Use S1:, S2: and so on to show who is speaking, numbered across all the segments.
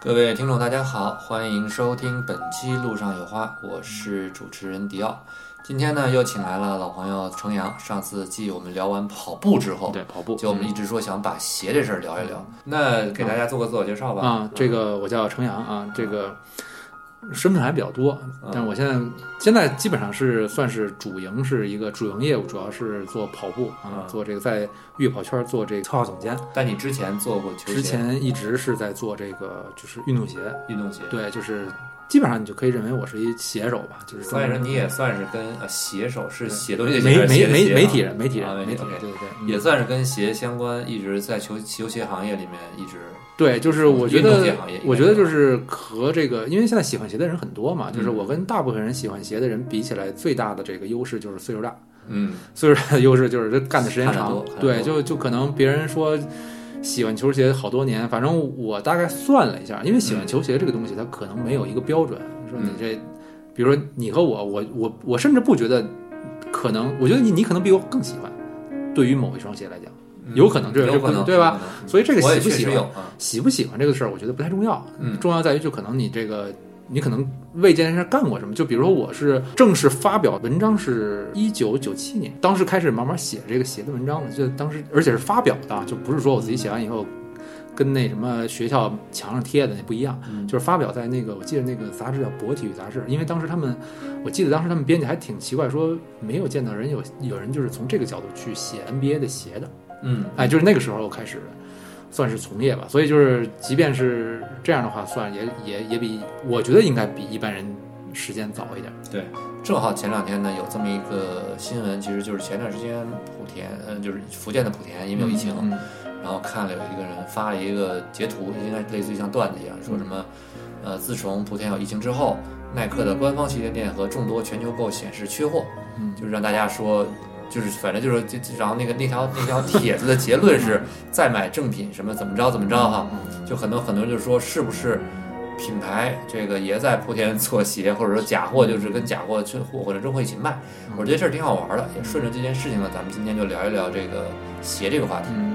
S1: 各位听众，大家好，欢迎收听本期《路上有花》，我是主持人迪奥。今天呢，又请来了老朋友程阳。上次继我们聊完跑步之后，
S2: 对，跑步嗯
S1: 就我们一直说想把鞋这事儿聊一聊，那给大家做个自我介绍吧。嗯
S2: 啊，这个我叫程阳啊，这个身份还比较多，
S1: 嗯
S2: 但是我现在现在基本上是算是主营是一个主营业务，主要是做跑步啊
S1: 嗯，
S2: 做这个在越野跑圈做这个策划总监，
S1: 但你之前做过球
S2: 之
S1: 鞋、
S2: 前一直是在做这个就是运动鞋，
S1: 运动鞋，
S2: 对，就是基本上你就可以认为我是一写手吧，就是
S1: 所以
S2: 专
S1: 说
S2: 门
S1: 你也算是跟呃写手是
S2: 对
S1: 写东西
S2: 媒
S1: 的写还
S2: 媒
S1: 是写的写
S2: 媒媒
S1: 啊
S2: 媒体人，媒体
S1: 啊
S2: 人，
S1: 媒
S2: 媒
S1: 体
S2: 体
S1: ，OK
S2: 人，对对对，嗯
S1: 也算是跟鞋相关，一直在球球鞋行业里面一直
S2: 对，就是我觉
S1: 运动
S2: 得
S1: 鞋行业应该，
S2: 我觉得就是和这个，因为现在喜欢鞋的人很多嘛，
S1: 嗯
S2: 就是我跟大部分人喜欢鞋的人比起来，最大的这个优势就是岁数大，
S1: 嗯
S2: 岁数大的优势就是这干的时间
S1: 看得
S2: 长
S1: 多看得，
S2: 对，
S1: 多
S2: 就就可能别人说。喜欢球鞋好多年，反正我大概算了一下，因为喜欢
S1: 嗯
S2: 球鞋这个东西，它可能没有一个标准。说你
S1: 嗯
S2: 这，比如说你和我，我我我甚至不觉得可能，我觉得你你可能比我更喜欢，对于某一双鞋来讲，
S1: 嗯
S2: 有可能这个
S1: 有可能
S2: 对
S1: 有
S2: 吧？
S1: 可能
S2: 所以这个
S1: 我也
S2: 喜不
S1: 确
S2: 喜
S1: 实
S2: 欢
S1: 有啊，
S2: 喜不喜欢这个事儿，我觉得不太重要。
S1: 嗯
S2: 重要在于就可能你这个，你可能为这件事儿干过什么。就比如说，我是正式发表文章是一九九七年，当时开始慢慢写这个鞋的文章了，就当时而且是发表的啊，就不是说我自己写完以后。跟那什么学校墙上贴的那不一样，
S1: 嗯
S2: 就是发表在那个我记得那个杂志叫《博体育杂志》，因为当时他们，我记得当时他们编辑还挺奇怪，说没有见到人有有人就是从这个角度去写 NBA 的鞋的，
S1: 嗯
S2: 哎，就是那个时候开始，算是从业吧。所以就是，即便是这样的话，算也也也比我觉得应该比一般人时间早一点。
S1: 正好前两天呢有这么一个新闻，其实就是前段时间莆田，嗯，就是福建的莆田因为有疫情，
S2: 嗯
S1: 然后看了有一个人发了一个截图，应该类似于像段子一样，说什么，
S2: 嗯
S1: 呃，自从莆田有疫情之后，耐克的官方旗舰店和众多全球购显示缺货，
S2: 嗯，
S1: 就是让大家说，就是反正就是这，这然后那个那条那条帖子的结论是
S2: 嗯
S1: 再买正品什么怎么着怎么着哈，就很多很多人就说是不是品牌这个也在莆 田做鞋，或者说假货就是跟假货真货或者真货一起卖，
S2: 嗯
S1: 我觉得这事儿挺好玩的，也顺着这件事情呢，咱们今天就聊一聊这个鞋这个话题。
S2: 嗯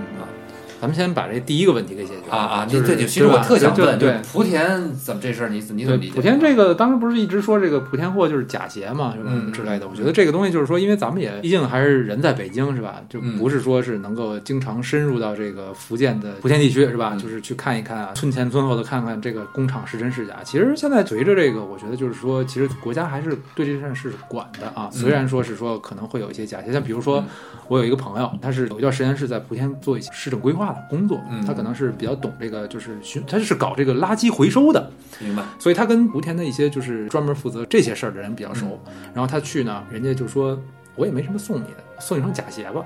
S2: 咱们先把这第一个问题给解决
S1: 啊啊！
S2: 就是
S1: 对，就其实
S2: 对
S1: 我
S2: 吧
S1: 特想
S2: 对
S1: 问，就
S2: 对
S1: 是莆田怎么这事儿，你你怎
S2: 对
S1: 么理解？
S2: 莆田这个当时不是一直说这个莆田货就是假鞋嘛，是吧、
S1: 嗯
S2: 之类的？我觉得这个东西就是说，因为咱们也毕竟还是人在北京是吧？就
S1: 嗯
S2: 不是说是能够经常深入到这个福建的莆田地区是吧？
S1: 嗯
S2: 就是去看一看啊，村前村后的看看这个工厂是真是假。其实现在随着这个，我觉得就是说，其实国家还是对这件事是管的啊。
S1: 嗯
S2: 虽然说是说可能会有一些假鞋，像比如说
S1: 嗯
S2: 我有一个朋友，他是有一段时间是在莆田做一些市政规划的工作，
S1: 嗯
S2: 他可能是比较懂这个，就是循他是搞这个垃圾回收的。
S1: 明白？
S2: 所以他跟莆田的一些就是专门负责这些事儿的人比较熟。
S1: 嗯
S2: 然后他去呢，人家就说我也没什么送你的，送你双假鞋 吧。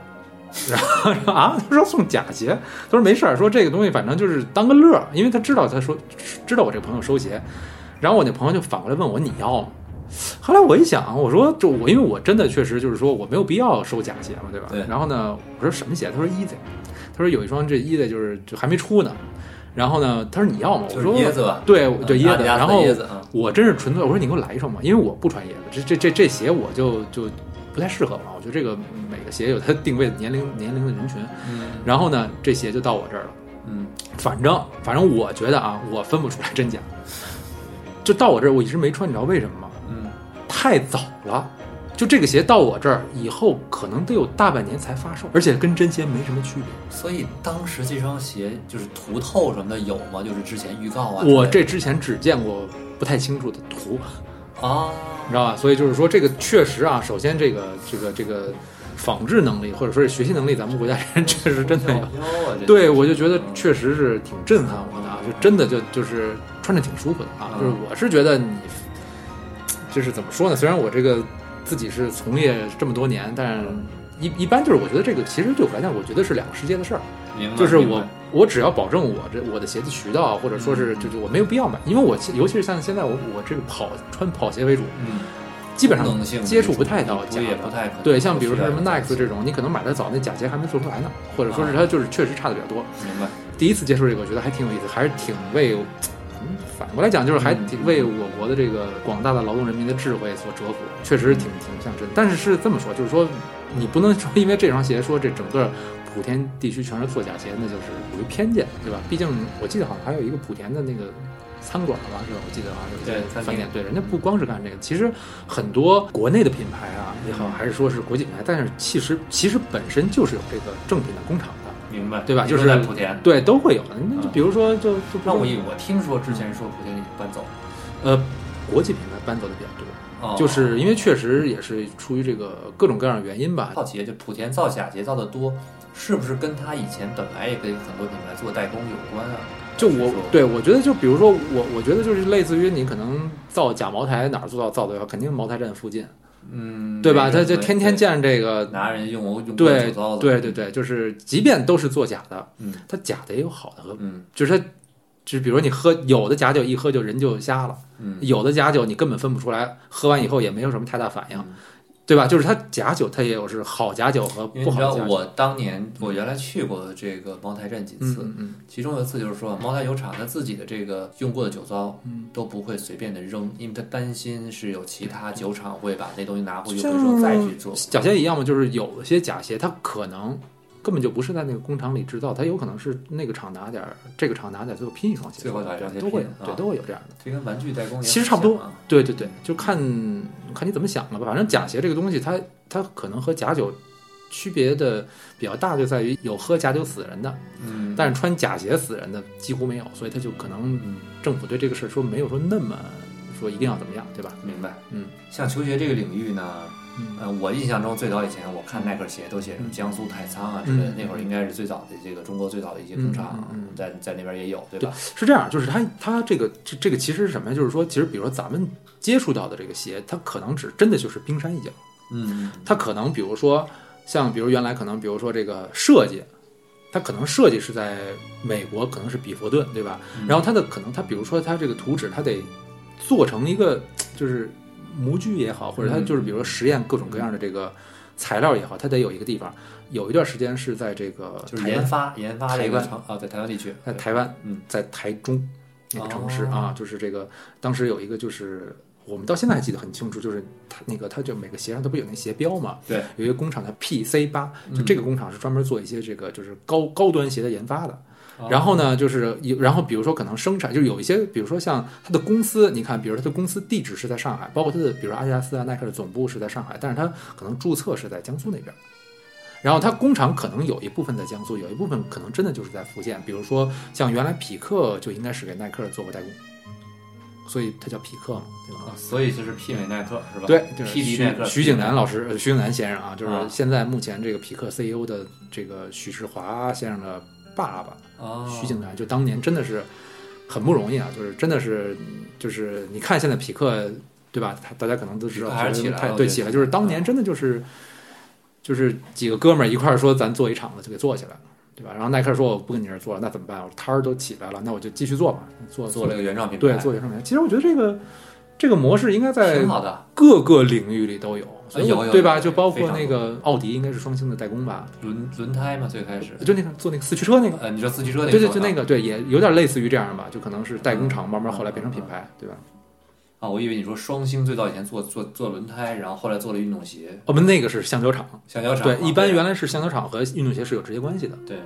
S2: 然后说啊，他说送假鞋，他说没事儿，说这个东西反正就是当个乐儿，因为他知道他说知道我这个朋友收鞋，然后我那朋友就反过来问我你要吗？后来我一想，我说就我因为我真的确实就是说我没有必要收假鞋嘛，对吧？
S1: 对
S2: 然后呢，我说什么鞋？他说 Easy，他说有一双这 Easy 就是就还没出呢。然后呢，他说你要吗？
S1: 就
S2: 我
S1: 是
S2: 说
S1: 椰子吧，嗯
S2: 对，我对椰
S1: 阿
S2: 子。
S1: 迪达斯的
S2: 然后
S1: 椰子啊，
S2: 我真是纯粹，我说你给我来一双吧，因为我不穿椰子，这这这这鞋我就就不太适合我。我觉得这个每个鞋有它定位的年龄年龄的人群。
S1: 嗯
S2: 然后呢，这鞋就到我这儿了。
S1: 嗯
S2: 反正反正我觉得啊，我分不出来真假。就到我这儿，我一直没穿，你知道为什么吗？
S1: 嗯，
S2: 太早了。就这个鞋到我这儿以后，可能得有大半年才发售，而且跟真鞋没什么区别。
S1: 所以当时这双鞋就是图透什么的有吗？就是之前预告啊之类的，
S2: 我这之前只见过不太清楚的图，
S1: 啊，
S2: 你知道吧？所以就是说，这个确实啊，首先这个这个这个仿制能力或者说是学习能力，咱们国家人确实真的有。
S1: 有，这嗯
S2: 对，我就觉得确实是挺震撼我的啊，就真的就就是穿着挺舒服的啊，
S1: 嗯
S2: 就是我是觉得你，就是怎么说呢？虽然我这个自己是从业这么多年，但一一般就是我觉得这个其实对我来讲，我觉得是两个世界的事儿。
S1: 明白
S2: 就是
S1: 嗯明
S2: 我
S1: 白，嗯
S2: 我只要保证我这我的鞋子渠道，或者说是就是我没有必要买，因为我其尤其是像现在我我这个跑穿跑鞋为主，
S1: 嗯，
S2: 基本上
S1: 功能性的
S2: 啊接触不太到
S1: 这
S2: 假
S1: 种也
S2: 的。
S1: 不太可能
S2: 对，像比如说什么
S1: 需要
S2: Nike 这种，你可能买的早，那假鞋还没做出来呢，或者说是
S1: 啊
S2: 它就是确实差的比较多。
S1: 明白，
S2: 第一次接触这个，我觉得还挺有意思，还是挺为，嗯，反过来讲就是还
S1: 嗯
S2: 挺为我国的这个广大的劳动人民的智慧所折服，确实挺挺像真的。但是是这么说，就是说你不能说因为这双鞋说这整个莆田地区全是做假鞋，那就是有一偏见，对吧？毕竟我记得好像还有一个莆田的那个餐馆吧，是吧？我记得好像有
S1: 对
S2: 些
S1: 餐厅
S2: 饭店，对，人家不光是干这个，其实很多国内的品牌啊也好，
S1: 嗯
S2: 还是说是国际品牌，但是其实其实本身就是有这个正品的工厂的，
S1: 明白，
S2: 对吧就是
S1: 你说在莆田。
S2: 对，都会有的。那就
S1: 嗯
S2: 比如说就，就
S1: 那
S2: 让
S1: 我以我听说之前说莆田已经搬走了，
S2: 呃，国际品牌搬走的比较多，
S1: 哦
S2: 就是因为确实也是出于这个各种各样的原因吧，
S1: 好奇，就莆田造假节造的多，是不是跟他以前本来也跟很多品牌做代工有关啊？
S2: 就
S1: 还是
S2: 我
S1: 说
S2: 对我觉得，就比如说我，我觉得就是类似于你可能造假茅台哪儿做到造的好，肯定茅台站附近，
S1: 嗯，
S2: 对吧？
S1: 这
S2: 他
S1: 个
S2: 就天天见这个，
S1: 拿人用用棍
S2: 对
S1: 捅刀子，
S2: 对对对，就是即便都是做假的，
S1: 嗯
S2: 它假的也有好的，和，
S1: 嗯
S2: 就是它，就是比如说你喝有的假酒一喝就人就瞎了，
S1: 嗯，
S2: 有的假酒你根本分不出来，喝完以后也没有什么太大反应，
S1: 嗯
S2: 对吧？就是它假酒它也有是好假酒和
S1: 因为
S2: 不
S1: 你
S2: 好
S1: 知
S2: 的
S1: 道
S2: 假酒，
S1: 我当年我原来去过这个茅台站几
S2: 嗯
S1: 次，
S2: 嗯嗯
S1: 其中有一次就是说茅台酒厂他自己的这个用过的酒糟
S2: 嗯。
S1: 都不会随便的扔，因为他担心是有其他酒厂会把那东西拿回去
S2: 就
S1: 回收再去做。
S2: 假嗯鞋一样嘛，就是有些假鞋它可能根本就不是在那个工厂里制造，它有可能是那个厂拿点儿，这个厂拿点儿，最后拼一双鞋
S1: 最
S2: 出
S1: 后
S2: 来，
S1: 把这
S2: 对
S1: 些
S2: 都会有
S1: 拼，了
S2: 对，
S1: 啊
S2: 都会有这样的。
S1: 这跟玩具代工也
S2: 其实
S1: 很
S2: 差不多
S1: 像啊，
S2: 对对对，就看看你怎么想了吧。反正假鞋这个东西，它它可能和假酒区别的比较大，就在于有喝假酒死人的，
S1: 嗯，
S2: 但是穿假鞋死人的几乎没有，所以它就可能
S1: 嗯
S2: 政府对这个事儿说没有说那么说一定要怎么样，对吧？
S1: 明白。
S2: 嗯，
S1: 像球鞋这个领域呢，
S2: 嗯
S1: 呃，我印象中最早以前我看耐克鞋都写什么
S2: 嗯
S1: 江苏太仓啊之类的，
S2: 嗯
S1: 那会儿应该是最早的这个中国最早的一些工厂
S2: 嗯嗯嗯
S1: 在在那边也有，对吧？
S2: 是这样，就是它它这个这这个其实是什么呀？就是说，其实比如说咱们接触到的这个鞋，它可能只真的就是冰山一角，
S1: 嗯，
S2: 它可能比如说像比如原来可能比如说这个设计。它可能设计是在美国，可能是比佛顿，对吧？
S1: 嗯
S2: 然后它的可能，它比如说它这个图纸，它得做成一个就是模具也好，或者它
S1: 嗯
S2: 就是比如说实验各种各样的这个材料也好，它得有一个地方。有一段时间是在这个
S1: 就是
S2: 台湾
S1: 研发研发这
S2: 台
S1: 个
S2: 湾
S1: 厂啊，在台湾地区，
S2: 在
S1: 对
S2: 台湾，
S1: 嗯，
S2: 在台中那个城市
S1: 哦
S2: 啊，就是这个当时有一个就是。我们到现在还记得很清楚，就是它那个，它就每个鞋上它不是有那鞋标嘛？
S1: 对，
S2: 有一个工厂叫 PC 八，就
S1: 嗯
S2: 这个工厂是专门做一些这个就是高高端鞋的研发的。
S1: 哦
S2: 然后呢，就是有，然后比如说可能生产，就是有一些，比如说像它的公司，你看，比如它的公司地址是在上海，包括它的，比如阿迪达斯啊、耐克的总部是在上海，但是它可能注册是在江苏那边。然后它工厂可能有一部分在江苏，有一部分可能真的就是在福建。比如说像原来匹克就应该是给耐克做过代工，所以它叫匹克嘛，对吧？
S1: 啊所以就是媲美耐克是吧？
S2: 对，就是
S1: 匹敌耐克。
S2: 徐景南老师，呃徐景南先生啊，就是
S1: 啊
S2: 现在目前这个匹克 CEO 的这个许志华先生的爸爸。
S1: 哦，
S2: 徐景南，就当年真的是很不容易啊，就是真的是就是你看现在匹克对吧？他大家可能都知道，
S1: 匹克还是起来了
S2: 太
S1: 我觉
S2: 对
S1: 得
S2: 起来，就是当
S1: 嗯
S2: 年真的就是就是几个哥们儿一块儿说咱做一厂子就给做起来了。对吧？然后耐克说我不跟你这儿做了，那怎么办？我摊儿都起来了，那我就继续做吧，做
S1: 做了一个原创品牌，
S2: 对做原创品牌。其实我觉得这个这个模式应该在
S1: 挺好的。
S2: 各个领域里都有，所以
S1: 有
S2: 我
S1: 有
S2: 对吧？
S1: 有
S2: 就包
S1: 非
S2: 括
S1: 常
S2: 那个奥迪应该是双星的代工吧，
S1: 轮轮胎嘛，最开始，
S2: 就那个做那个四驱车那个，
S1: 呃，你说四驱车那个
S2: 对
S1: 时
S2: 对，
S1: 候
S2: 就那
S1: 啊
S2: 个对，也有点类似于这样吧，就可能是代工厂慢慢后来变成品
S1: 嗯
S2: 牌，对吧？
S1: 啊，我以为你说双星最早以前做做做轮胎，然后后来做了运动鞋，
S2: 我哦们那个是橡胶厂，
S1: 橡胶厂嘛。
S2: 对，一般原来是橡胶厂和运动鞋是有直接关系的，
S1: 对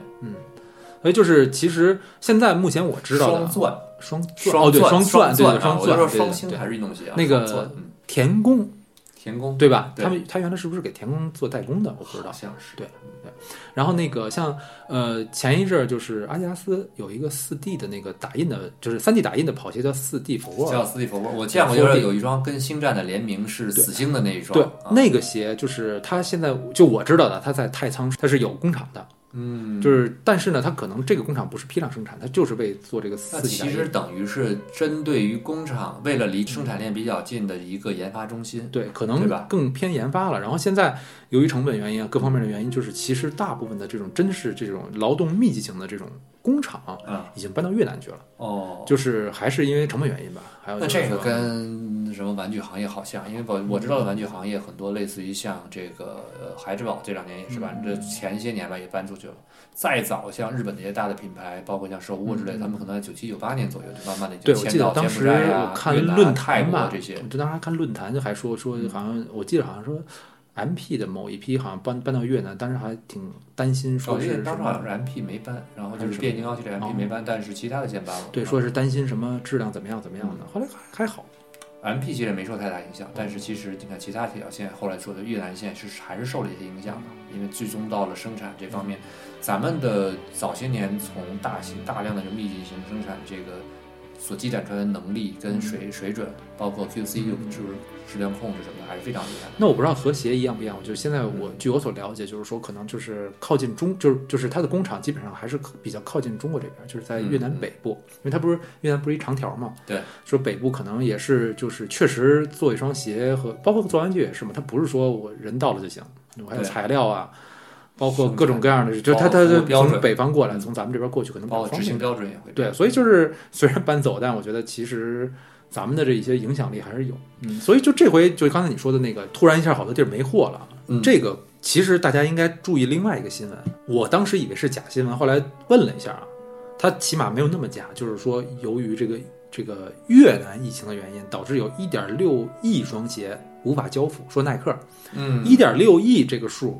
S2: 所以就是其实现在目前我知道
S1: 双
S2: 的
S1: 钻。
S2: 双钻
S1: 双
S2: 哦对
S1: 钻，
S2: 钻对
S1: 钻
S2: 对
S1: 啊，
S2: 双
S1: 我就
S2: 钻
S1: 说
S2: 对
S1: 双
S2: 对
S1: 星还
S2: 对，
S1: 是运动鞋啊，
S2: 那个
S1: 双钻嗯
S2: 田工
S1: 田工，
S2: 对吧？
S1: 对
S2: 他们他原来是不是给田工做代工的？我不知道
S1: 好。像是
S2: 对然后那个像呃前一阵儿就是阿迪达斯有一个四 D 的那个打印的，就是三 D 打印的跑鞋叫四 D Forward，
S1: 叫斯蒂佛，我见过，就是有一双跟星战的联名是死星的那一双，
S2: 对
S1: 啊，
S2: 那个鞋就是它现在就我知道的，它在太仓它是有工厂的，
S1: 嗯，
S2: 就是但是呢，它可能这个工厂不是批量生产，它就是为做这个
S1: 那
S2: 四 D 打
S1: 其
S2: 印
S1: 实等于是针对于工厂，为了离生产链比较近的一个研发中心，
S2: 对，可
S1: 对
S2: 能
S1: 吧
S2: 更偏研发了。然后现在由于成本原因啊，各方面的原因，就是其实大部分的这种真是这种劳动密集型的这种工厂
S1: 啊，
S2: 已经搬到越南去了，
S1: 哦，
S2: 就是还是因为成本原因吧。还有
S1: 那
S2: 就
S1: 这
S2: 是
S1: 个
S2: 说
S1: 跟什么玩具行业好像，因为我我知道的玩具行业很多类似于像这个呃孩之宝这两年也是
S2: 嗯
S1: 吧，这前些年吧也搬出去了。再早像日本那些大的品牌，包括像手握之类，他们可能在九七九八年左右就慢慢的就
S2: 嗯对，我
S1: 迁
S2: 记得
S1: 到
S2: 当
S1: 柬埔
S2: 时
S1: 寨
S2: 我
S1: 啊、
S2: 看
S1: 越南啊
S2: 论
S1: 泰
S2: 坛
S1: 国
S2: 吧，
S1: 这些嗯
S2: 我。就当时还看论坛，就还说说好像我记得好像说 MP 的某一批好像搬搬到越南，当时还挺担心，
S1: 我
S2: 说
S1: 记得
S2: 是什
S1: 哦当时好像
S2: 么
S1: 是 MP 没搬，然后就
S2: 还
S1: 是
S2: 是什么
S1: 变形金刚系列 MP
S2: 哦
S1: 没搬，但是其他的先搬了。
S2: 对，说是担心什么质量怎么样怎么
S1: 嗯
S2: 样的，后来还还好，
S1: MP 系列没受太大影响，但
S2: 嗯
S1: 是其实你看其他铁道线后来说的越南线是还是受了一些影响的，因为最终到了生产这方面，
S2: 嗯
S1: 咱们的早些年从大型大量的这密集型生产这个所积攒出来的能力跟
S2: 嗯
S1: 水水准，包括 QC 就就是质量控制什么的，还是非常厉害的。
S2: 那我不知道和谐一样不一样，我就现在我据我所了解，就是说可能就是靠近中，就是就是它的工厂基本上还是比较靠近中国这边，就是在越南北部，因为它不是越南不是一长条嘛，
S1: 嗯对，
S2: 说北部可能也是就是确实做一双鞋和包括做玩具也是嘛，它不是说我人到了就行，我还有
S1: 对
S2: 材料啊，包括
S1: 生产
S2: 各种各样的，就它
S1: 包括
S2: 它它
S1: 标准
S2: 从北方过来，
S1: 嗯
S2: 从咱们这边过去可能比
S1: 包
S2: 较
S1: 括
S2: 方
S1: 执
S2: 便
S1: 行。标准也会变
S2: 对，所以就是 虽然搬走，但我觉得其实咱们的这一些影响力还是有。嗯，所以就这回就刚才你说的那个，突然一下好多地儿没货了，
S1: 嗯
S2: 这个其实大家应该注意另外一个新闻。我当时以为是假新闻，后来问了一下啊，它起码没有那么假，就是说由于这个这个越南疫情的原因，导致有1.6亿双鞋无法交付。说耐克
S1: 嗯
S2: 1.6亿这个数，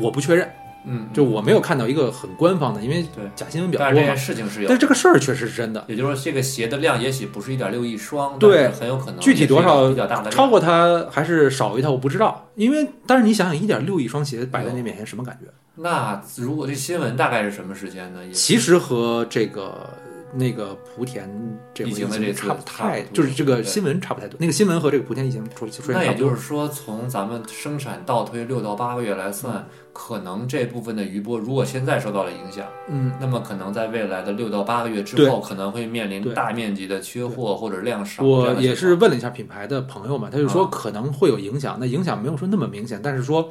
S2: 我不确认，
S1: 嗯，
S2: 就我没有看到一个很官方的，因为
S1: 对
S2: 假新闻比较
S1: 但是
S2: 多
S1: 这
S2: 嘛
S1: 件。事情是有
S2: 但，是这个事儿确实是真的，
S1: 也就是说这个鞋的量也许不是一点六亿双，
S2: 对
S1: 但是很有可能
S2: 具体多少
S1: 啊也是一个比较大的量
S2: 超过它还是少于它，我不知道。因为但是你想想，一点六亿双鞋摆在你面前，什么感觉？
S1: 那如果这新闻大概是什么时间呢？也
S2: 其实和这个那个莆田这回
S1: 疫情的这次
S2: 差不太
S1: 差不，多
S2: 就是这个
S1: 对
S2: 新闻差不太多。那个新闻和这个莆田疫情出出现
S1: 那
S2: 差
S1: 也
S2: 不
S1: 就
S2: 多
S1: 是。说，从咱们生产倒推六到八个月来算，可能这部分的余波如果现在受到了影响，
S2: 嗯，
S1: 那么可能在未来的六到八个月之
S2: 对
S1: 后，可能会面临
S2: 对
S1: 大面积的缺货或者量少。这
S2: 我
S1: 样的
S2: 也
S1: 情
S2: 是
S1: 况，
S2: 问了一下品牌的朋友嘛，他就说
S1: 啊
S2: 可能会有影响，那影响没有说那么明显，但是说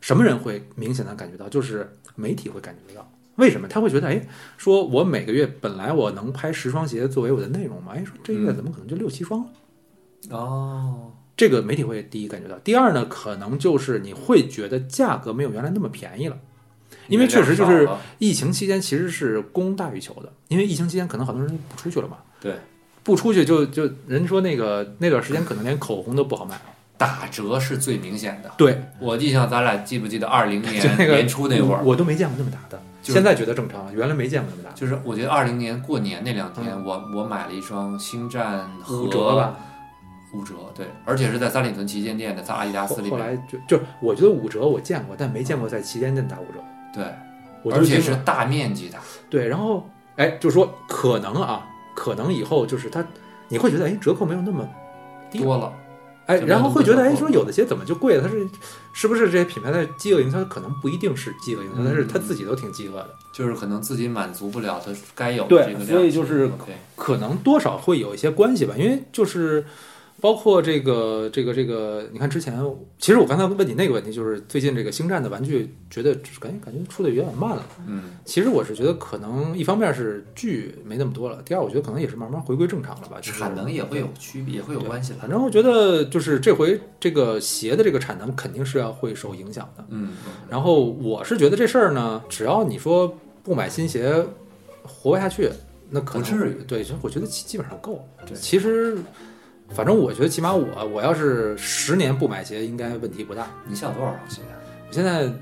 S2: 什么人会明显的感觉到，就是媒体会感觉到。为什么他会觉得，哎，说我每个月本来我能拍十双鞋作为我的内容嘛，哎，说这个月
S1: 嗯
S2: 怎么可能就六七双了？
S1: 哦，
S2: 这个媒体会第一感觉到，第二呢，可能就是你会觉得价格没有原来那么便宜了，因为确实就
S1: 量
S2: 是
S1: 少了
S2: 疫情期间其实是供大于求的，因为疫情期间可能很多人不出去了嘛，
S1: 对，
S2: 不出去就就人说那个那段时间可能连口红都不好买了，
S1: 打折是最明显的。
S2: 对，
S1: 我印象咱俩记不记得二零
S2: 就
S1: 年
S2: 那个
S1: 年初那会儿？
S2: 我都没见过那么大的，
S1: 就是
S2: 现在觉得正常了，原来没见过那么大的，
S1: 就是我觉得二零年过年那两天，
S2: 嗯
S1: 我我买了一双星战和
S2: 五折吧，
S1: 五折，对，而且是在三里屯旗舰店的，在阿迪达
S2: 后
S1: 斯里
S2: 后
S1: 面，
S2: 来就就我觉得五折我见过，但没见过在旗舰店打五折，
S1: 对，
S2: 我
S1: 嗯而
S2: 就
S1: 且
S2: 惊
S1: 是
S2: 了
S1: 大面积的。
S2: 对，然后哎，就说可能啊，可能以后就是它，你会觉得哎折扣没有那么低
S1: 多了，
S2: 哎，
S1: 就没有
S2: 然
S1: 那
S2: 后
S1: 么
S2: 会觉得
S1: 多折
S2: 哎
S1: 扣
S2: 说有的鞋怎么就贵了？它是是不是这些品牌在饥饿营销？可能不一定是饥饿营销，
S1: 嗯
S2: 但是它自己都挺饥饿的，
S1: 就是可能自己满足不了它该有
S2: 对
S1: 的这个量，
S2: 所以就是
S1: 对，
S2: 可能多少会有一些关系吧，因为就是。包括这个这个这个，你看之前，其实我刚才问你那个问题，就是最近这个星战的玩具，觉得感觉感觉出的有点慢了。
S1: 嗯，
S2: 其实我是觉得，可能一方面是剧没那么多了，第二我觉得可能也是慢慢回归正常了吧。就是
S1: 产能也会有区别，也会有关系的
S2: 反，正我觉得就是这回这个鞋的这个产能肯定是要会受影响的。
S1: 嗯，
S2: 然后我是觉得这事儿呢，只要你说不买新鞋活不下去，那可能
S1: 不至于
S2: 对，就我觉得基基本上够了。
S1: 对
S2: 其实反正我觉得起码我我要是十年不买鞋，应该问题不大。
S1: 你想多少啊双鞋？
S2: 我现在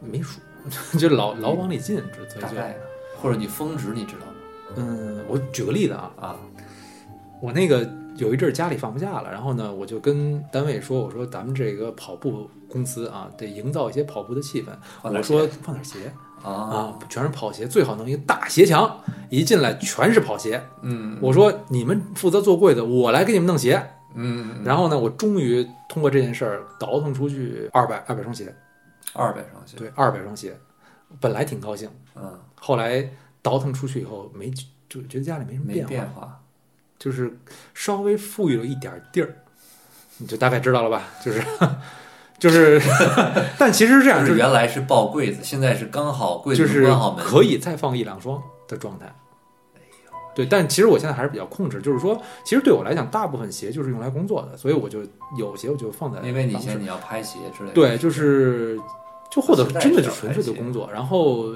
S2: 没数， 就老老往里进，这所以
S1: 大
S2: 就
S1: 概呢？或者你峰值你知道吗？
S2: 嗯，我举个例子啊，
S1: 啊，
S2: 我那个有一阵儿家里放不下了，然后呢，我就跟单位说，我说咱们这个跑步公司啊，得营造一些跑步的气氛。
S1: 放
S2: 我
S1: 点
S2: 说放点鞋
S1: 啊
S2: 啊，，全是跑鞋，最好弄一个大鞋墙，一进来全是跑鞋。
S1: 嗯，
S2: 我说你们负责做柜子，我来给你们弄鞋。
S1: 嗯，
S2: 然后呢，我终于通过这件事儿倒腾出去二百二百双鞋，
S1: 二百双鞋，
S2: 对，二百双鞋，本来挺高兴，
S1: 嗯，
S2: 后来倒腾出去以后没就觉得家里没什么
S1: 没
S2: 变化。
S1: 变化，
S2: 就是稍微富裕了一点地儿，你就大概知道了吧？就是 就是， 但其实是这样
S1: 就
S2: 就是是
S1: 原来是抱柜子，现在是刚好柜子
S2: 就
S1: 能
S2: 是
S1: 关好门，
S2: 可以再放一两双的状态。对，但其实我现在还是比较控制，就是说，其实对我来讲，大部分鞋就是用来工作的，所以我就有鞋我就放在
S1: 因为你
S2: 办公
S1: 现在
S2: 室
S1: 你要拍鞋之类的，
S2: 对，就是就或者
S1: 时代
S2: 真的
S1: 是
S2: 就
S1: 要
S2: 纯
S1: 拍
S2: 粹的
S1: 鞋
S2: 工作。然后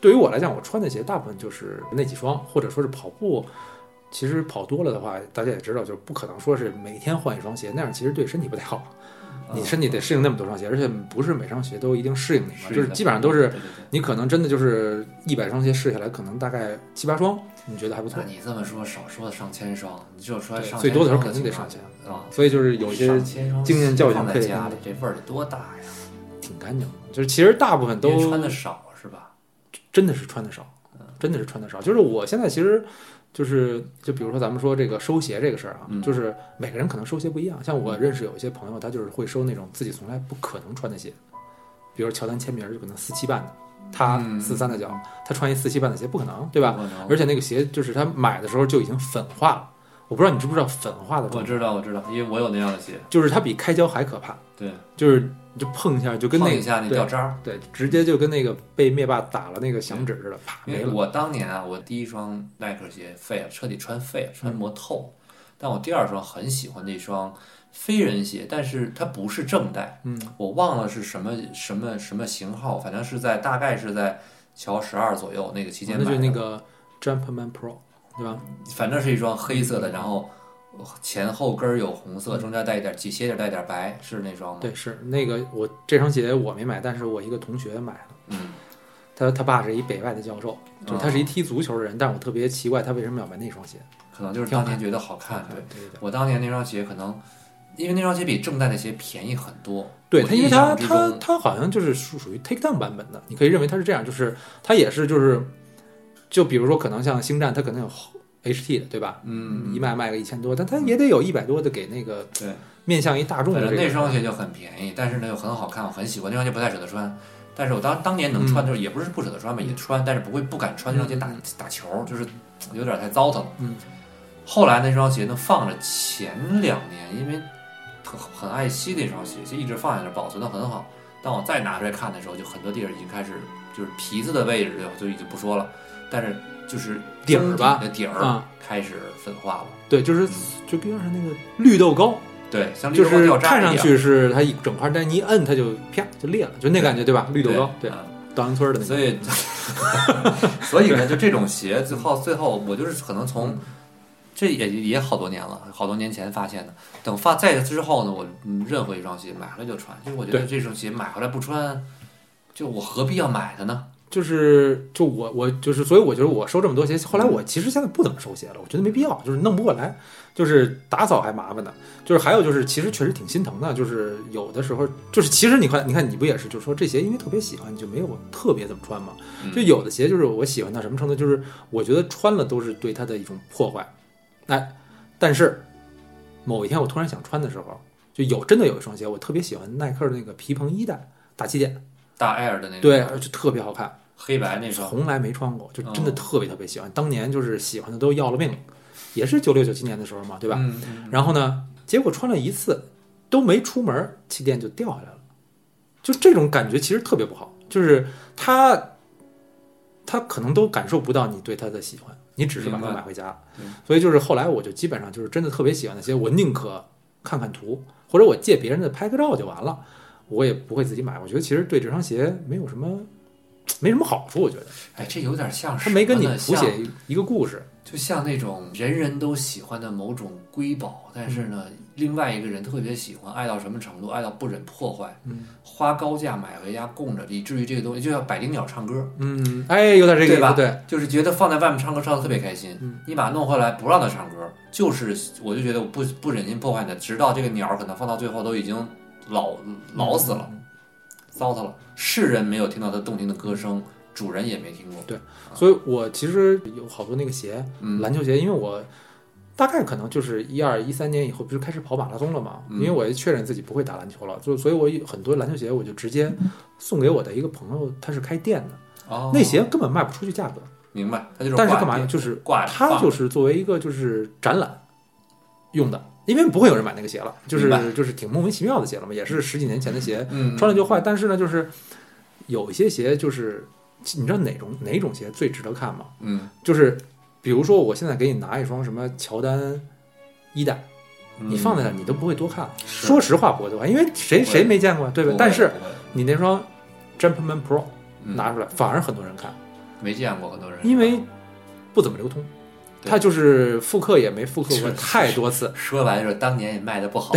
S2: 对于我来讲，我穿的鞋大部分就是那几双，或者说是跑步。其实跑多了的话，大家也知道，就是不可能说是每天换一双鞋，那样其实对身体不太好。
S1: 啊，
S2: 你身体得适应那么多双鞋，而且不是每双鞋都一定适应你嘛，
S1: 是
S2: 就是
S1: 的
S2: 基本上都是
S1: 对对对
S2: 你可能真的就是一百双鞋试下来，可能大概七八双，你觉得还不错
S1: 那。你这么说，少说上千双，你只有说
S2: 对
S1: 哎上
S2: 最多的时候
S1: 千
S2: 肯定得
S1: 双
S2: 上
S1: 的
S2: 千
S1: 情况啊。
S2: 所以就是有一些
S1: 上千双
S2: 经验教训
S1: 放在
S2: 可以
S1: 家
S2: 看
S1: 里，这味儿得多大呀？
S2: 挺干净的，就是其实大部分
S1: 因
S2: 都
S1: 为穿的少啊嗯是吧？
S2: 真的是穿的少，真的是穿的少。就是我现在其实就是就比如说咱们说这个收鞋这个事儿啊，
S1: 嗯
S2: 就是每个人可能收鞋不一样。像我认识有一些朋友，他就是会收那种自己从来不可能穿的鞋，比如乔丹签名儿就可能四七半的，他
S1: 嗯
S2: 四三的脚，他穿一四七半的鞋不可能，对吧？
S1: 不可能
S2: 啊而且那个鞋就是他买的时候就已经粉化了，我不知道你知不知道粉化的
S1: 我
S2: 状态，
S1: 知道，我知道，因为我有那样的鞋，
S2: 就是它比开胶还可怕，
S1: 对，
S2: 就是你就碰一下就跟那
S1: 碰
S2: 个
S1: 一下那
S2: 对
S1: 掉渣儿。
S2: 对，直接就跟那个被灭霸打了那个响指似的，啪
S1: 因
S2: 没
S1: 为
S2: 了。
S1: 我当年啊，我第一双耐克鞋废了，彻底穿废了，穿
S2: 嗯
S1: 磨透。但我第二双很喜欢的一双飞人鞋，但是它不是正代，
S2: 嗯，
S1: 我忘了是什么什么什么型号，反正是在大概是在乔十二左右那个期间
S2: 哦那
S1: 买的，
S2: 就
S1: 嗯
S2: 是那个 Jumpman Pro，对吧？
S1: 反正是一双黑色的，然后前后跟儿有红色，中间带一点系鞋底带点白，是那双吗？，
S2: 对，是那个我这双鞋我没买，但是我一个同学买了。
S1: 嗯，
S2: 他他爸是一北外的教授，就是他
S1: 哦
S2: 是一踢足球的人，但我特别奇怪他为什么要买那双鞋。
S1: 可能就是
S2: 挺好
S1: 当年觉得好看，啊对
S2: 对。对对
S1: 我当年那双鞋可能，因为那双鞋比正代的鞋便宜很多。
S2: 对，
S1: 我
S2: 他因为
S1: 印
S2: 他
S1: 象之
S2: 他
S1: 中
S2: 他好像就是属属于 take down 版本的，你可以认为他是这样，就是他也是就是，就比如说可能像星战，他可能有 HT 的，对吧？
S1: 嗯
S2: 一，卖卖个一千多，但他也得有一百多的给那个
S1: 对，
S2: 面向一大众
S1: 反
S2: 的
S1: 正
S2: 这个。
S1: 那双鞋就很便宜，但是呢又很好看，我很喜欢。那双鞋不太舍得穿，但是我当当年能穿，就是也不是不舍得穿吧，也穿，但是不会不敢穿那双鞋打
S2: 嗯
S1: 打球，就是有点太糟蹋了。
S2: 嗯，
S1: 后来那双鞋呢放着前两年，因为很很爱惜那双鞋，就一直放在那儿保存的很好。当我再拿出来看的时候，就很多地儿已经开始就是皮子的位置就就已经不说了，但是就是
S2: 底儿吧
S1: 中底的底儿
S2: 啊
S1: 开始粉化了。
S2: 对，就是就跟上那个绿豆糕，
S1: 对，像嗯绿
S2: 就
S1: 豆糕
S2: 是
S1: 掉渣
S2: 看
S1: 一
S2: 上
S1: 样
S2: 去是它一整块，但你一摁它就啪就裂了，就那感觉对吧？绿豆糕，对，
S1: 啊
S2: 稻香村的那
S1: 所
S2: 个。
S1: 以，所以 呢，就这种鞋，最后最后我就是可能
S2: 嗯
S1: 从这也也好多年了，好多年前发现的。等发在之后呢，我嗯任何一双鞋买回来就穿，就是我觉得
S2: 对
S1: 这双鞋买回来不穿，就我何必要买它呢？
S2: 就是就我我就是，所以我觉得我收这么多鞋，后来我其实现在不怎么收鞋了，我觉得没必要，就是弄不过来，就是打扫还麻烦呢，就是还有就是，其实确实挺心疼的，就是有的时候就是其实你看你看你不也是，就是说这鞋因为特别喜欢，你就没有特别怎么穿嘛，
S1: 嗯
S2: 就有的鞋就是我喜欢到什么程度，就是我觉得穿了都是对它的一种破坏。哎，但是某一天我突然想穿的时候，就有真的有一双鞋，我特别喜欢耐克的那个皮蓬一代大气垫，
S1: 大 Air 的那种，
S2: 对，就特别好看，
S1: 黑白那双，
S2: 从来没穿过，就真的
S1: 哦
S2: 特别特别喜欢。当年就是喜欢的都要了命了，也是九六九七年的时候嘛，对
S1: 对
S2: 吧？
S1: 嗯，嗯
S2: 然后呢，结果穿了一次都没出门，气垫就掉下来了，就这种感觉其实特别不好，就是他他可能都感受不到你对他的喜欢，你只是把它
S1: 明白
S2: 买回家
S1: 对，
S2: 所以就是后来我就基本上就是真的特别喜欢那些，我宁可看看图，或者我借别人的拍个照就完了。我也不会自己买，我觉得其实对这双鞋没有什么，没什么好处。我觉得
S1: 哎，这有点像
S2: 它没跟你
S1: 什么呢
S2: 谱
S1: 像
S2: 写一个故事，
S1: 就像那种人人都喜欢的某种瑰宝，但是呢，
S2: 嗯
S1: 另外一个人特别喜欢，爱到什么程度？爱到不忍破坏，
S2: 嗯
S1: 花高价买回家供着，以至于这个东西就像百灵鸟唱歌，
S2: 嗯，哎，有点这个意
S1: 对吧
S2: 思，对，
S1: 就是觉得放在外面唱歌唱的特别开心。
S2: 嗯
S1: 你把它弄回来不让它唱歌，就是我就觉得我不不忍心破坏它，直到这个鸟可能放到最后都已经老老死了，
S2: 嗯
S1: 糟蹋了，世人没有听到它动听的歌声，主人也没听过。
S2: 所以我其实有好多那个鞋，
S1: 嗯
S2: 篮球鞋，因为我大概可能就是一二一三年以后，不是开始跑马拉松了嘛，
S1: 嗯
S2: 因为我也确认自己不会打篮球了，就所以我有很多篮球鞋我就直接送给我的一个朋友，他是开店的，
S1: 哦，
S2: 那鞋根本卖不出去价格，
S1: 明白，它就是
S2: 但是
S1: 挂
S2: 干嘛
S1: 着
S2: 就是
S1: 挂着
S2: 它
S1: 放着
S2: 就是作为一个就是展览用的，因为不会有人买那个鞋了，就
S1: 明白
S2: 是就是挺莫名其妙的鞋了嘛，也是十几年前的鞋，
S1: 嗯
S2: 穿了就坏。但是呢，就是有一些鞋，就是你知道哪种哪种鞋最值得看吗？
S1: 嗯
S2: 就是比如说，我现在给你拿一双什么乔丹一代，
S1: 嗯
S2: 你放在那儿你都不会多看。
S1: 是
S2: 说实话不会多看，因为谁
S1: 不会
S2: 谁没见过，对
S1: 不
S2: 吧
S1: 会？
S2: 但是
S1: 不会
S2: 你那双 Jumpman Pro
S1: 嗯
S2: 拿出来，反而很多人看，
S1: 没见过很多人，
S2: 因为不怎么流通。他就是复刻也没复刻过太多次，
S1: 说白了就是当年也卖的不 好，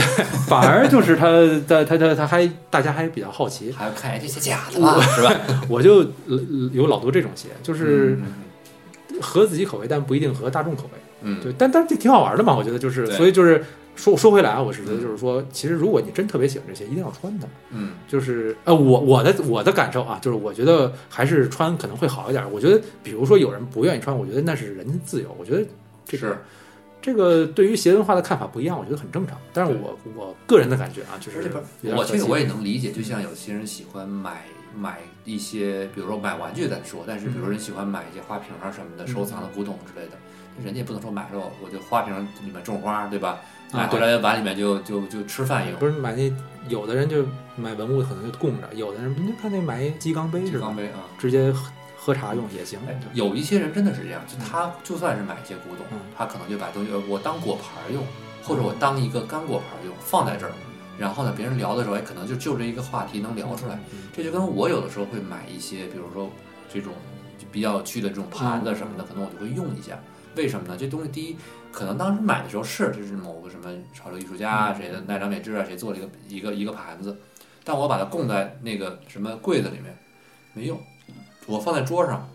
S2: 反而就是他他他他他还大家还比较好奇，
S1: 还要看哎这些假的吧，是吧？
S2: 我就呃有老多这种鞋，就是合自己口味，但不一定合大众口味。
S1: 嗯，
S2: 对，但但是这挺好玩的嘛，我觉得就是，
S1: 对
S2: 所以就是说说回来啊，我是觉得就是说，其实如果你真特别喜欢这些，一定要穿它。
S1: 嗯
S2: 就是呃，我我的我的感受啊，就是我觉得还是穿可能会好一点。我觉得，比如说有人不愿意穿，我觉得那是人家自由。我觉得这个
S1: 是
S2: 这个对于鞋文化的看法不一样，我觉得很正常。但是我我个人的感觉啊，就是有点
S1: 我
S2: 可
S1: 这个
S2: 惜
S1: 我也能理解，就像有些人喜欢买买一些，比如说买玩具咱说，但是比
S2: 嗯
S1: 如说人喜欢买一些花瓶啊什么的，收藏的古董之类的，人家也不能说买了我就花瓶里面种花，对吧？
S2: 啊
S1: 买回来碗里面就就就吃饭用，
S2: 不是买那有的人就买文物可能就供着，有的人你看那买鸡缸杯
S1: 这
S2: 是
S1: 方
S2: 吧？
S1: 面啊。
S2: 直接喝喝茶用也行。
S1: 哎，有一些人真的是这样，就
S2: 嗯
S1: 他就算是买一些古董
S2: 嗯，
S1: 他可能就把东西呃我当果盘儿用，或者我当一个干果盘儿用，放在这儿。然后呢，别人聊的时候，哎，可能就就这一个话题能聊出来。
S2: 嗯
S1: 这就跟我有的时候会买一些，比如说这种就比较有趣的这
S2: 嗯
S1: 种盘子什么的，可能我就会用一下。为什么呢？这东西第一，可能当时买的时候是这是某个什么潮流艺术家啊
S2: 嗯
S1: 谁的奈良美智啊谁做了一个一个一个盘子，但我把它供在那个什么柜子里面没用，
S2: 嗯
S1: 我放在桌上，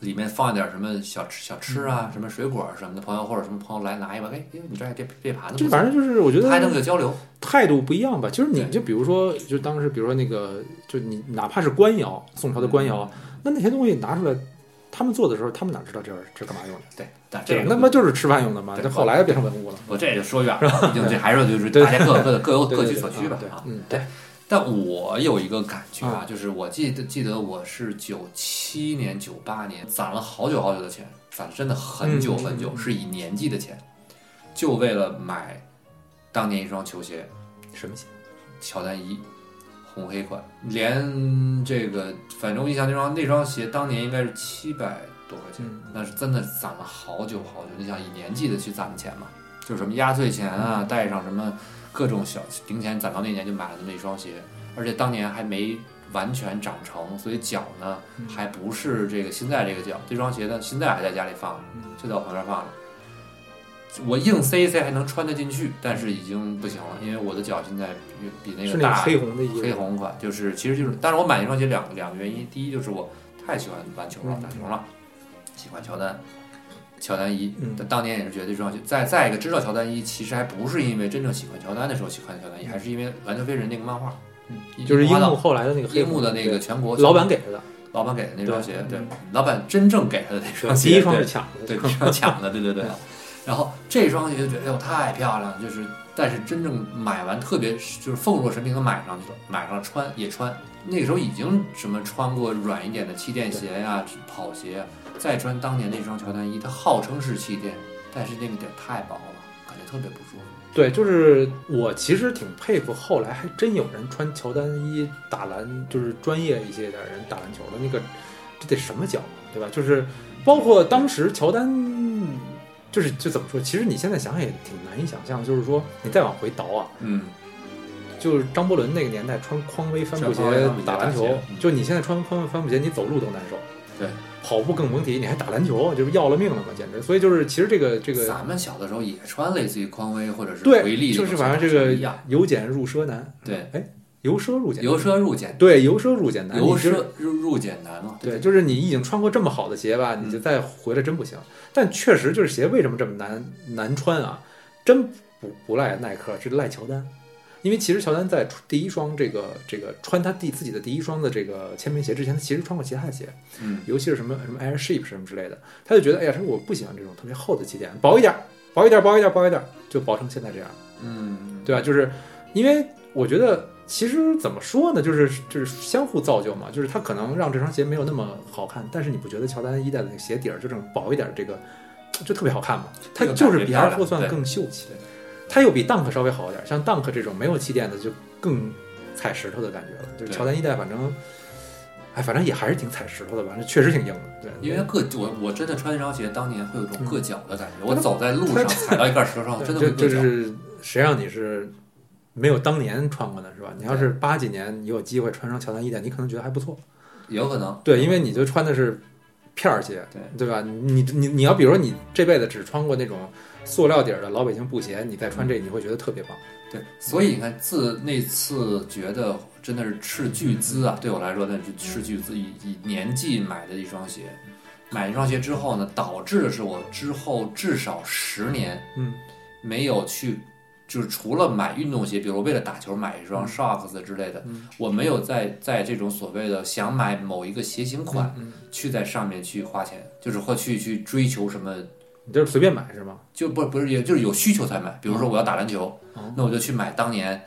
S1: 里面放一点什么小吃小吃
S2: 嗯
S1: 啊，什么水果啊什么的，朋友或者什么朋友来拿一把，哎，哎你这儿这这盘子
S2: 这
S1: 不错，
S2: 反正就是我觉得
S1: 还能有交流，
S2: 态度不一样吧。就是你
S1: 对
S2: 就比如说，就当时比如说那个，就你哪怕是官窑，宋朝的官窑，
S1: 嗯
S2: 那那些东西拿出来，他们做的时候，他们哪知道这玩意儿这干嘛用的？
S1: 对，但这
S2: 对，
S1: 个
S2: 那不就是吃饭用的吗？
S1: 对
S2: 这后来变成文物了，
S1: 我这就说远了，毕竟这还是就是
S2: 对
S1: 大家各各各有
S2: 对
S1: 各
S2: 对
S1: 取
S2: 对
S1: 所需吧
S2: 啊对
S1: 啊。
S2: 嗯，对，
S1: 但我有一个感觉啊，就是我记得记得我是九七年九八年攒了好久好久的钱，攒了真的很久
S2: 嗯
S1: 很久，
S2: 嗯嗯
S1: 是以年纪的钱，就为了买当年一双球鞋，
S2: 什么鞋？
S1: 乔丹一红黑款，连这个反正我印象那双那双鞋当年应该是七百多块钱。
S2: 嗯，
S1: 那是真的攒了好久好久。你想以年纪的去攒的钱嘛，就是什么压岁钱啊，带上什么各种小零钱，攒到那年就买了这么一双鞋，而且当年还没完全长成，所以脚呢
S2: 嗯
S1: 还不是这个现在这个脚。这双鞋呢现在还在家里放着
S2: 嗯，
S1: 就在我旁边放着。我硬塞一塞还能穿得进去，但是已经不行了，因为我的脚现在比比那
S2: 是
S1: 个
S2: 那
S1: 大
S2: 个黑红的一
S1: 黑
S2: 个。
S1: 红款，就是其实就是，但是我买那双鞋两个两个原因，第一就是我太喜欢篮球了，
S2: 嗯
S1: 打球了，喜欢乔丹，乔丹一，
S2: 嗯
S1: 但当年也是觉得这双鞋。再再一个，知道乔丹一其实还不是因为真正喜欢乔丹的时候喜欢乔丹一，还是因为篮球飞人那个漫画，
S2: 嗯就是
S1: 樱
S2: 樱
S1: 花
S2: 木
S1: 道
S2: 后来的那个黑
S1: 樱木的那个
S2: 对
S1: 全国
S2: 老板给他的，
S1: 老板给的那双鞋，
S2: 对嗯
S1: 对，老板真正给他的那
S2: 对
S1: 双鞋，
S2: 啊第一双
S1: 对
S2: 是抢的，
S1: 对，比较抢的，对 对对。然后这双鞋就觉得，哎呦，太漂亮了，就是，但是真正买完，特别是就是奉若神明的买上去了，买上了穿也穿。那个时候已经什么穿过软一点的气垫鞋呀、跑鞋呀、再穿当年那双乔丹一，它号称是气垫，但是那个底儿太薄了，感觉特别不舒服。
S2: 对，就是我其实挺佩服，后来还真有人穿乔丹一打篮，就是专业一些的人打篮球的那个，这得什么脚，啊对吧？就是包括当时乔丹，就是就怎么说？其实你现在想想也挺难以想象，就是说你再往回倒啊，
S1: 嗯，
S2: 就是张伯伦那个年代穿匡威帆布鞋
S1: 穿匡威帆布鞋
S2: 打篮球
S1: 打鞋嗯，
S2: 就你现在穿匡威帆布鞋，你走路都难受。
S1: 对，
S2: 跑步更甭提，你还打篮球，就是要了命了嘛，简直。所以就是其实这个这个
S1: 咱们小的时候也穿类似于匡威或者是回
S2: 对，
S1: 力那
S2: 就
S1: 种
S2: 是
S1: 鞋，
S2: 反正这个嗯
S1: 一样。
S2: 由俭入奢难，
S1: 对，
S2: 由奢入俭，
S1: 由奢入俭，
S2: 对由奢入俭难，
S1: 由
S2: 你就是
S1: 奢入入俭难嘛。
S2: 对，就是你已经穿过这么好的鞋吧，
S1: 嗯
S2: 你就再回来真不行。但确实就是鞋为什么这么难难穿啊？真不不赖耐克，是赖乔丹。因为其实乔丹在出第一双这个这个穿他第自己的第一双的这个签名鞋之前，他其实穿过其他的鞋，
S1: 嗯，
S2: 尤其是什么什么 Airship 什么之类的，他就觉得哎呀，我不喜欢这种特别厚的气垫，薄一点儿，薄一点儿，薄一点儿，薄一点儿，就薄成现在这样。
S1: 嗯，
S2: 对吧？就是因为我觉得，其实怎么说呢，就是就是相互造就嘛，就是它可能让这双鞋没有那么好看，但是你不觉得乔丹一代的那个鞋底儿就这种薄一点儿这个就特别好看吗？它就是比阿
S1: 这个感觉漂亮
S2: 霍算
S1: 对
S2: 更秀气
S1: 对，
S2: 它又比 Dunk 稍微好一点儿，像 Dunk 这种没有气垫的就更踩石头的感觉了。就是
S1: 对
S2: 乔丹一代，反正。哎，反正也还是挺踩石头的吧，反正确实挺硬的。对，
S1: 因为硌我我真的穿那双鞋，当年会有种硌脚的感觉。
S2: 嗯
S1: 我走在路上踩到一块石头哦上，我真的会
S2: 就就
S1: 硌脚。
S2: 是谁让你是没有当年穿过呢，是吧？
S1: 嗯
S2: 你要是八几年，你有机会穿上乔丹一代，你可能觉得还不错。
S1: 有可能
S2: 对，因为你就穿的是片儿鞋，
S1: 对
S2: 对吧？你你你要比如说你这辈子只穿过那种塑料底儿的老北京布鞋，你再穿这，你会觉得特别棒。
S1: 对，所以你看，自那次觉得真的是斥巨资啊，对我来说那是斥巨资，以以年纪买的一双鞋，买一双鞋之后呢，导致的是我之后至少十年
S2: 嗯
S1: 没有去，就是除了买运动鞋，比如为了打球买一双 Shocks 之类的，
S2: 嗯
S1: 我没有在在这种所谓的想买某一个鞋型款、
S2: 嗯，
S1: 去在上面去花钱，就是或去去追求什么
S2: 你就是随便买是吗？
S1: 就不不是，也就是有需求才买。比如说我要打篮球，
S2: 嗯哦
S1: 那我就去买当年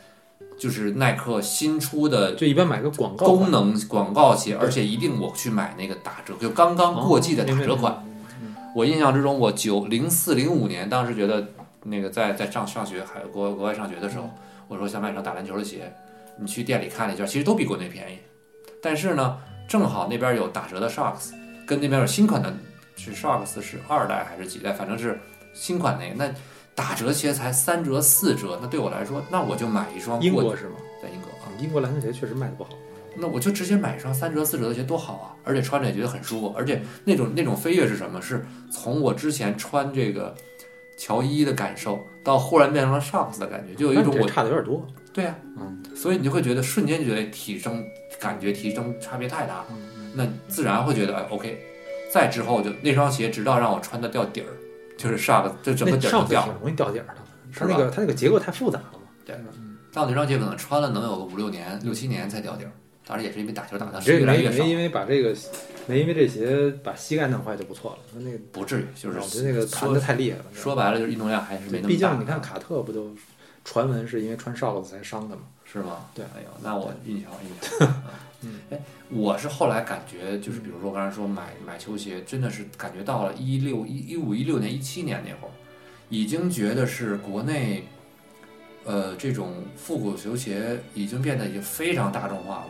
S1: 就是耐克新出的
S2: 就一般买个广告
S1: 功能广告鞋，而且一定我去买那个打折，就刚刚过季的打折嗯款。。
S2: 哦明白明白
S1: 我印象之中，我九零四零五年当时觉得那个在在上上学海国国外上学的时候，我说想买一双打篮球的鞋，你去店里看了一圈，其实都比国内便宜，但是呢，正好那边有打折的 Sharks，跟那边有新款的，是 Sharks 是二代还是几代，反正是新款那个，那打折鞋才三折四折，那对我来说，那我就买一双
S2: 英
S1: 过
S2: 国是吗？哦
S1: 在英国啊，
S2: 英国篮球鞋确实卖的不好。
S1: 那我就直接买一双三折四折的鞋多好啊！而且穿着也觉得很舒服，而且那种那种飞跃是什么？是从我之前穿这个乔伊的感受，到忽然变成了 Shocks 的感觉，就有一种
S2: 那这
S1: 我
S2: 差的有点多。
S1: 对啊，
S2: 嗯，
S1: 所以你就会觉得瞬间觉得提升感觉提升差别太大了，那自然会觉得哎 OK。再之后就那双鞋，直到让我穿的掉底儿，就是 Shocks，就整个
S2: 那
S1: 底儿
S2: 上
S1: 都
S2: 次
S1: 掉
S2: 挺
S1: 了。
S2: 容易掉底儿的，它
S1: 是吧
S2: 那个它那个结构太复杂了嘛。
S1: 对
S2: 吧
S1: 到那双鞋可能穿了能有个五六年、六七年才掉底儿，当啊然也是因为打球打的
S2: 这
S1: 越来
S2: 没
S1: 越少
S2: 没，因为把这个没因为这鞋把膝盖弄坏就不错了。那那个
S1: 不至于就是
S2: 我觉得那个弹
S1: 说
S2: 的太厉害了。
S1: 说白了就是运动量还是没那么大。啊
S2: 毕竟你看卡特不都传闻是因为穿 shorts 才伤的嘛？
S1: 是吗？
S2: 对
S1: 哎呦，那我印象印 象。嗯，哎，我是后来感觉，就是比如说我刚才说买买球鞋，真的是感觉到了一六一一五一六年一七年那会儿，已经觉得是国内，呃，这种复古球鞋已经变得已经非常大众化了。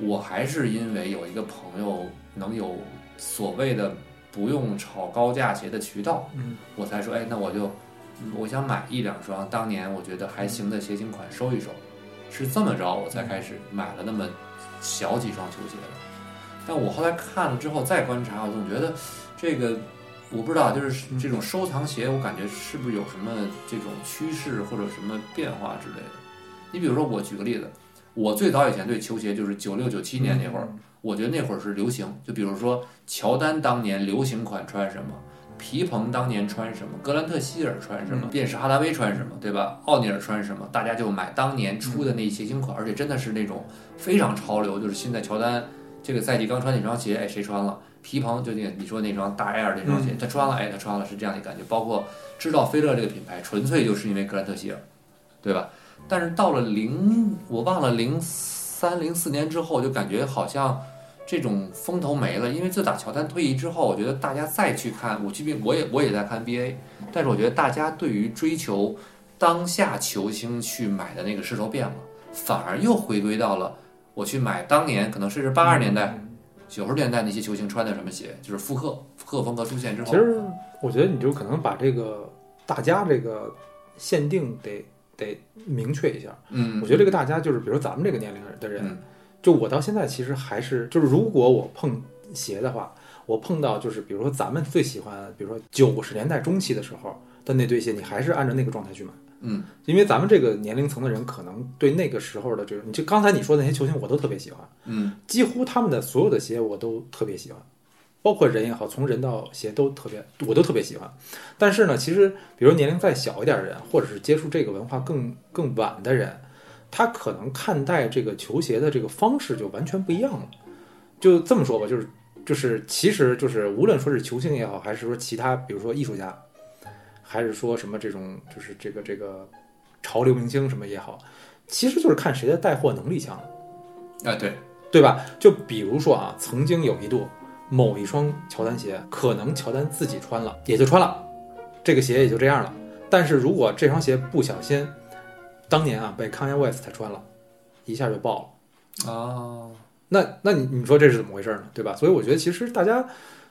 S1: 我还是因为有一个朋友能有所谓的不用炒高价鞋的渠道，
S2: 嗯，
S1: 我才说，哎，那我就嗯我想买一两双当年我觉得还行的鞋型款收一收，是这么着我才开始买了那么小几双球鞋的。但我后来看了之后再观察，我总觉得这个我不知道，就是这种收藏鞋，我感觉是不是有什么这种趋势或者什么变化之类的？你比如说，我举个例子，我最早以前对球鞋就是九六九七
S2: 嗯
S1: 年那会儿，我觉得那会儿是流行，就比如说乔丹当年流行款穿什么。皮蓬当年穿什么，格兰特希尔穿什么，便是哈达威穿什么，对吧？奥尼尔穿什么，大家就买当年出的那鞋型款，而且真的是那种非常潮流，就是现在乔丹这个赛季刚穿那双鞋，哎，谁穿了？皮蓬就那个你说那双大 Air 那双鞋，他穿了，哎，他穿了，是这样的感觉。包括知道菲勒这个品牌，纯粹就是因为格兰特希尔，对吧？但是到了零，我忘了零三零四年之后，就感觉好像这种风头没了，因为自打乔丹退役之后，我觉得大家再去看，我去并我也我也在看 NBA，但是我觉得大家对于追求当下球星去买的那个势头变了，反而又回归到了我去买当年可能甚至八十年
S2: 嗯
S1: 代、九十年代那些球星穿的什么鞋，就是复刻复刻风格出现之后，
S2: 嗯其实我觉得你就可能把这个大家这个限定得得明确一下。
S1: 嗯，
S2: 我觉得这个大家就是，比如咱们这个年龄的人，
S1: 嗯
S2: 就我到现在其实还是就是，如果我碰鞋的话，我碰到就是比如说咱们最喜欢，比如说九十年代中期的时候的那堆鞋，你还是按照那个状态去买。
S1: 嗯
S2: 因为咱们这个年龄层的人，可能对那个时候的这个，你就刚才你说的那些球星，我都特别喜欢，
S1: 嗯
S2: 几乎他们的所有的鞋我都特别喜欢，包括人也好，从人到鞋都特别，我都特别喜欢。但是呢，其实比如年龄再小一点的人，或者是接触这个文化更更晚的人，他可能看待这个球鞋的这个方式就完全不一样了。就这么说吧，就是就是，其实就是无论说是球星也好，还是说其他，比如说艺术家，还是说什么这种就是这个这个潮流明星什么也好，其实就是看谁的带货能力强。
S1: 啊对，
S2: 对吧？就比如说啊，曾经有一度，某一双乔丹鞋，可能乔丹自己穿了，也就穿了，这个鞋也就这样了。但是如果这双鞋不小心，当年啊被 Kanye West 穿了，一下就爆了。
S1: 哦，
S2: 那那你你说这是怎么回事呢？对吧？所以我觉得其实大家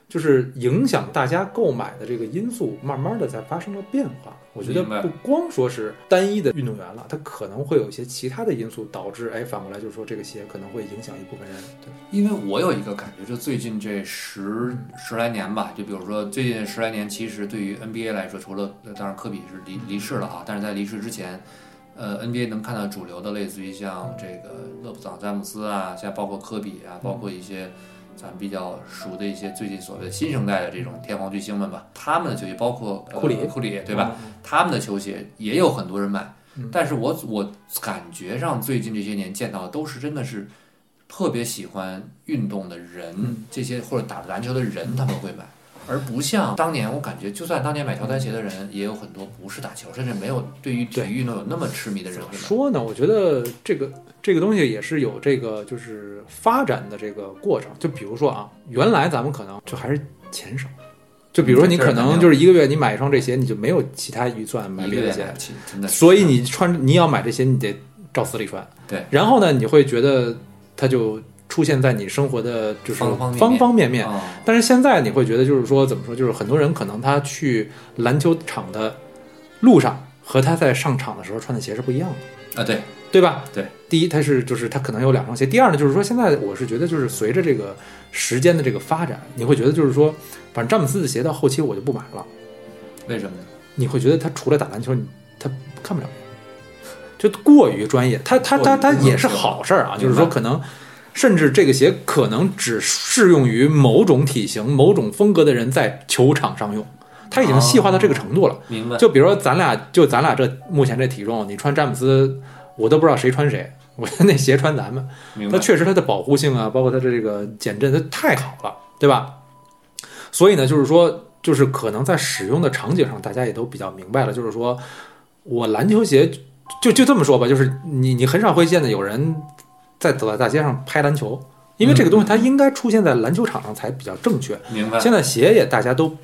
S2: 就是影响大家购买的这个因素，慢慢的在发生了变化。我觉得
S1: 明白
S2: 不光说是单一的运动员了，他可能会有一些其他的因素导致，哎，反过来就是说这个鞋可能会影响一部分人。对，
S1: 因为我有一个感觉，就最近这十十来年吧，就比如说最近十来年，其实对于 NBA 来说，除了呃当然科比是
S2: 嗯
S1: 离离世了啊，但是在离世之前，呃 NBA 能看到主流的，类似于像这个勒布朗詹姆斯啊，像包括科比啊，包
S2: 嗯
S1: 括一些咱们比较熟的一些最近所谓的新生代的这种天皇巨星们吧，他们的球鞋包括呃
S2: 库里
S1: 库里对吧？？他们的球鞋也有很多人买
S2: 嗯，
S1: 但是我我感觉上最近这些年见到的都是真的是特别喜欢运动的人，
S2: 嗯
S1: 这些或者打篮球的人他们会买，而不像当年我感觉，就算当年买乔丹鞋的人也有很多不是打球，甚至没有对于体
S2: 对
S1: 育运动有那么痴迷的人
S2: 怎么
S1: 会买。
S2: 说呢？我觉得这个这个东西也是有这个就是发展的这个过程。就比如说啊，原来咱们可能就还是钱少，就比如
S1: 嗯
S2: 说你可能就是一个月你买一双这鞋，你就没有其他预算买
S1: 一
S2: 别
S1: 个
S2: 的
S1: 月
S2: 鞋
S1: 买，不起，真的是。
S2: 所以你穿你要买这鞋，你得照死里穿。
S1: 对，
S2: 然后呢，你会觉得它就出现在你生活的就是
S1: 方方面面
S2: 方方面面。
S1: 啊，
S2: 但是现在你会觉得就是说怎么说，就是很多人可能他去篮球场的路上和他在上场的时候穿的鞋是不一样的。
S1: 啊对，
S2: 对吧？
S1: 对，
S2: 第一，它是就是它可能有两双鞋。第二呢，就是说现在我是觉得就是随着这个时间的这个发展，你会觉得就是说，反正詹姆斯的鞋到后期我就不买了。
S1: 为什么呢？
S2: 你会觉得他除了打篮球，你他看不了别的，就过于专业。他他他他
S1: 过于
S2: 也是好事儿啊，
S1: 明白
S2: 就是说可能。甚至这个鞋可能只适用于某种体型、某种风格的人在球场上用，它已经细化到这个程度了。
S1: 明白？
S2: 就比如说咱俩，就咱俩这目前这体重，你穿詹姆斯，我都不知道谁穿谁。我觉得那鞋穿咱们，
S1: 明
S2: 它
S1: 白？
S2: 确实它的保护性啊，包括它的这个减震，它太好了，对吧？所以呢，就是说，就是可能在使用的场景上，大家也都比较明白了，就是说我篮球鞋就就这么说吧，就是你你很少会见到有人在走在大街上拍篮球，因为这个
S1: 嗯
S2: 东西它应该出现在篮球场上才比较正确。
S1: 明白？
S2: 现在鞋也大家都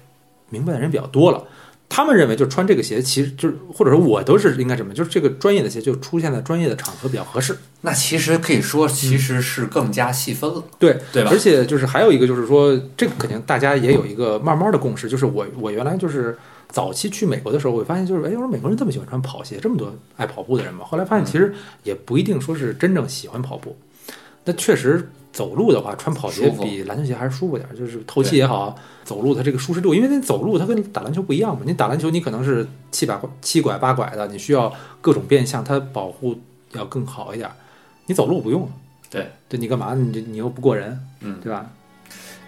S2: 明白的人比较多了，他们认为就穿这个鞋，其实就是或者说我都是应该什么，就是这个专业的鞋就出现在专业的场合比较合适。
S1: 那其实可以说，其实是更加细分了，
S2: 嗯对，
S1: 对吧
S2: 而？且就是还有一个就是说，这个肯定大家也有一个慢慢的共识，就是我我原来就是早期去美国的时候，我发现就是哎，我说美国人这么喜欢穿跑鞋，这么多爱跑步的人嘛。后来
S1: 嗯
S2: 发现其实也不一定说是真正喜欢跑步，那确实。走路的话，穿跑鞋
S1: 舒服
S2: 比篮球鞋还是舒服点儿，就是透气也好，走路它这个舒适度，因为你走路它跟打篮球不一样嘛。你打篮球你可能是七百七拐八拐的，你需要各种变向，它保护要更好一点儿。你走路不用，
S1: 对
S2: 对，你干嘛？你这你又不过人，
S1: 嗯
S2: 对吧？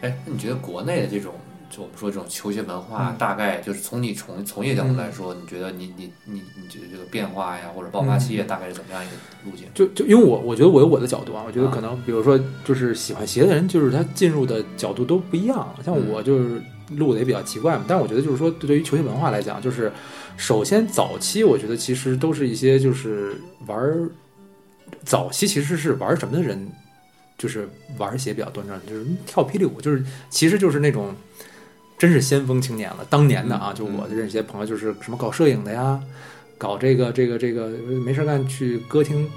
S1: 哎，那你觉得国内的这种，就我们说这种球鞋文化，
S2: 嗯
S1: 大概就是从你从从业角度来说，你觉得你你你你觉得这个变化呀，或者
S2: 嗯
S1: 爆发期呀，大概是怎么样一个路径？
S2: 就就因为我我觉得我有我的角度啊，我觉得
S1: 啊
S2: 可能比如说就是喜欢鞋的人，就是他进入的角度都不一样。像
S1: 嗯
S2: 我就是录的也比较奇怪嘛，但我觉得就是说对于球鞋文化来讲，就是首先早期我觉得其实都是一些就是玩儿早期其实是玩儿什么的人，就是玩儿鞋比较端正，就是跳霹雳舞，就是其实就是那种真是先锋青年了。当年的啊，
S1: 嗯
S2: 就我
S1: 嗯
S2: 认识一些朋友，就是什么搞摄影的呀，搞这个这个这个没事儿干去歌厅，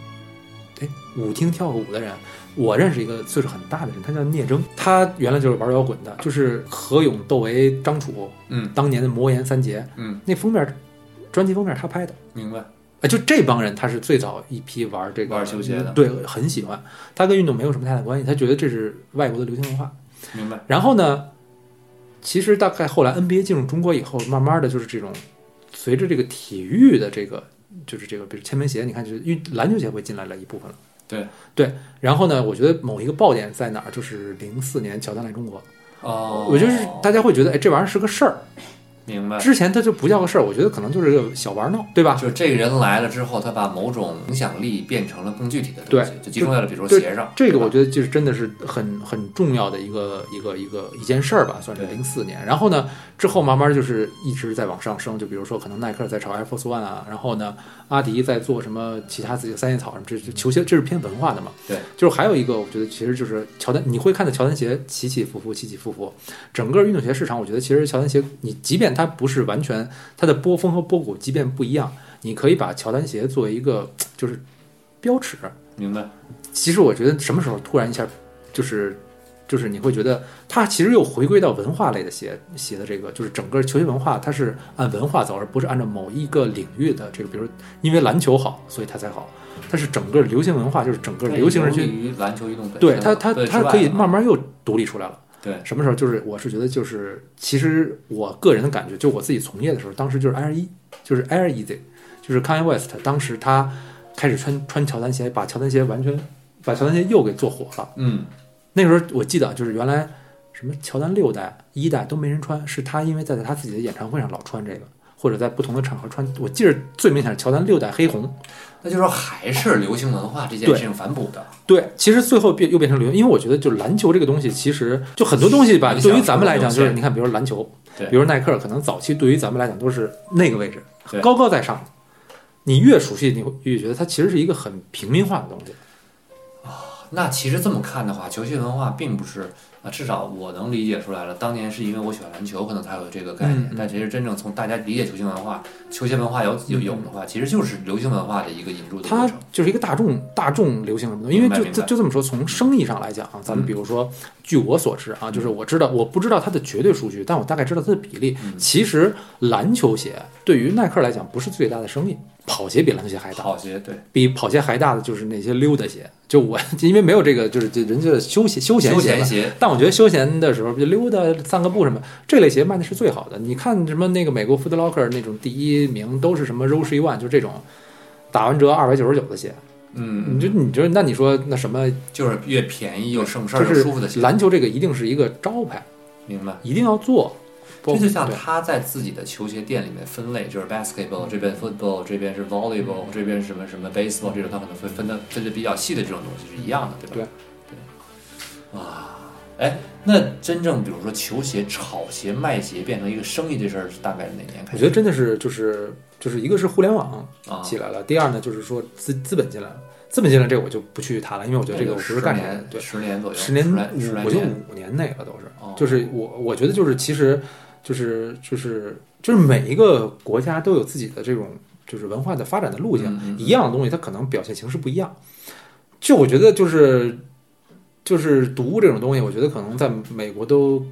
S2: 哎，舞厅跳个舞的人。我认识一个岁数很大的人，他叫聂征，他原来就是玩摇滚的，就是何勇、窦唯、张楚，
S1: 嗯
S2: 当年的魔岩三杰，
S1: 嗯，
S2: 那封面专辑封面他拍的。
S1: 明白。
S2: 啊，就这帮人，他是最早一批玩这个嗯
S1: 玩球鞋的
S2: 对，很喜欢。他跟运动没有什么太大关系，他觉得这是外国的流行文化。
S1: 明白，
S2: 然后呢，其实大概后来 NBA 进入中国以后，慢慢的就是这种，随着这个体育的这个，就是这个，比如前门鞋，你看就是运篮球鞋会进来了一部分了。
S1: 对
S2: 对，然后呢，我觉得某一个爆点在哪儿，就是零四年乔丹来中国，
S1: 哦，哎
S2: 我觉得是大家会觉得，哎，这玩意儿是个事儿。
S1: 明白，
S2: 之前它就不叫个事儿，我觉得可能就是个小玩闹，对吧？
S1: 就是这个人来了之后，他把某种影响力变成了更具体的东西，就集中在了比如说
S2: 对
S1: 鞋上。
S2: 这个
S1: 对吧
S2: 我觉得就是真的是很很重要的一个一个一个一件事儿吧，算是
S1: 对
S2: 零四年。然后呢，之后慢慢就是一直在往上升，就比如说可能耐克在炒 Air Force One 啊，然后呢，阿迪在做什么其他自己的三叶草什么，这这球鞋这是偏文化的嘛。
S1: 对，
S2: 就是还有一个，我觉得其实就是乔丹，你会看到乔丹鞋起起伏伏，起起伏伏。整个运动鞋市场，我觉得其实乔丹鞋，你即便它不是完全它的波峰和波谷，即便不一样，你可以把乔丹鞋作为一个就是标尺。
S1: 明白，
S2: 其实我觉得什么时候突然一下，就是就是你会觉得它其实又回归到文化类的鞋鞋的这个，就是整个球鞋文化，它是按文化走，而不是按照某一个领域的这个，比如因为篮球好，所以它才好，它是整个流行文化，就是整个流行人群，
S1: 于篮球运动本身，
S2: 对它它
S1: 对
S2: 它
S1: 之外
S2: 可以
S1: 啊
S2: 慢慢又独立出来了。
S1: 对
S2: 什么时候？就是我是觉得，就是其实我个人的感觉，就我自己从业的时候，当时就是 Air 一，就是 Air Easy，就是 Kanye West，当时他开始穿穿乔丹鞋，把乔丹鞋完全把乔丹鞋又给做火了。
S1: 嗯
S2: 那个时候我记得，啊就是原来什么乔丹六代、一代都没人穿，是他因为在他自己的演唱会上老穿这个，或者在不同的场合穿。我记得最明显是乔丹六代黑红，
S1: 那就说还是流行文化这件
S2: 对
S1: 事情反哺的，
S2: 对，其实最后变又变成流行，因为我觉得就是篮球这个东西，其实就很多东西吧，
S1: 影响
S2: 对于咱们来讲，
S1: 是
S2: 就
S1: 吧
S2: 是你看，比如篮球，
S1: 对
S2: 比如耐克，可能早期对于咱们来讲都是那个位置
S1: 对，
S2: 高高在上。你越熟悉，你会越觉得它其实是一个很平民化的东西。
S1: 那其实这么看的话，球鞋文化并不是啊，至少我能理解出来了。当年是因为我喜欢篮球，可能才有这个概念。
S2: 嗯嗯
S1: 但其实真正从大家理解球鞋文化、球鞋文化有有有的话，其实就是流行文化的一个引入的过
S2: 它
S1: 程。
S2: 就是一个大众大众流行什么东西，因为
S1: 明白
S2: 就
S1: 明白嗯
S2: 就就这么说，从生意上来讲啊，咱们比如说，据我所知啊，就是我知道我不知道它的绝对数据，但我大概知道它的比例。
S1: 嗯
S2: 其实篮球鞋对于耐克来讲不是最大的生意，跑鞋比篮球鞋还大。
S1: 跑鞋对
S2: 比跑鞋还大的就是那些溜达鞋，就我 因为没有这个，就是这人家的休闲休闲
S1: 休
S2: 鞋
S1: 闲
S2: 嘛。
S1: 鞋，
S2: 但我觉得休闲的时候，就溜达、散个步什么，这类鞋卖的是最好的。你看什么那个美国 Foot Locker 那种第一名都是什么 Rose 十一万，就这种打完折二百九十九的鞋。
S1: 嗯，
S2: 你就你就那你说那什么，
S1: 就是越便宜又省事
S2: 就
S1: 儿又舒服的
S2: 是
S1: 鞋，
S2: 篮球这个一定是一个招牌，
S1: 明白。
S2: 一定要做。包
S1: 这就像
S2: 对嗯
S1: 他在自己的球鞋店里面分类，就是 basketball 这边 football 这边是 volleyball 这边什么什么 baseball 这种，他可能会分的分的比较细的这种东西是一样的，对吧？对，啊，哎，那真正比如说球鞋、炒鞋、卖鞋变成一个生意这事儿是大概是哪年开始
S2: 我觉得真的是就是就是一个是互联网
S1: 啊？
S2: 起来了，第二呢就是说资资本进来了，资本进来这个我就不去谈了，因为我觉得这个我不是干这个的。
S1: 对，，
S2: 对
S1: 十年左右，
S2: 十年
S1: 来十
S2: 五，
S1: 来
S2: 我觉得
S1: 年，
S2: 五年内了都是
S1: 哦，
S2: 就是我我觉得就是其实就是就是就是每一个国家都有自己的这种就是文化的发展的路
S1: 嗯嗯
S2: 径，一样的东西它可能表现形式不一样。就我觉得就是就是读物这种东西，我觉得可能在美国都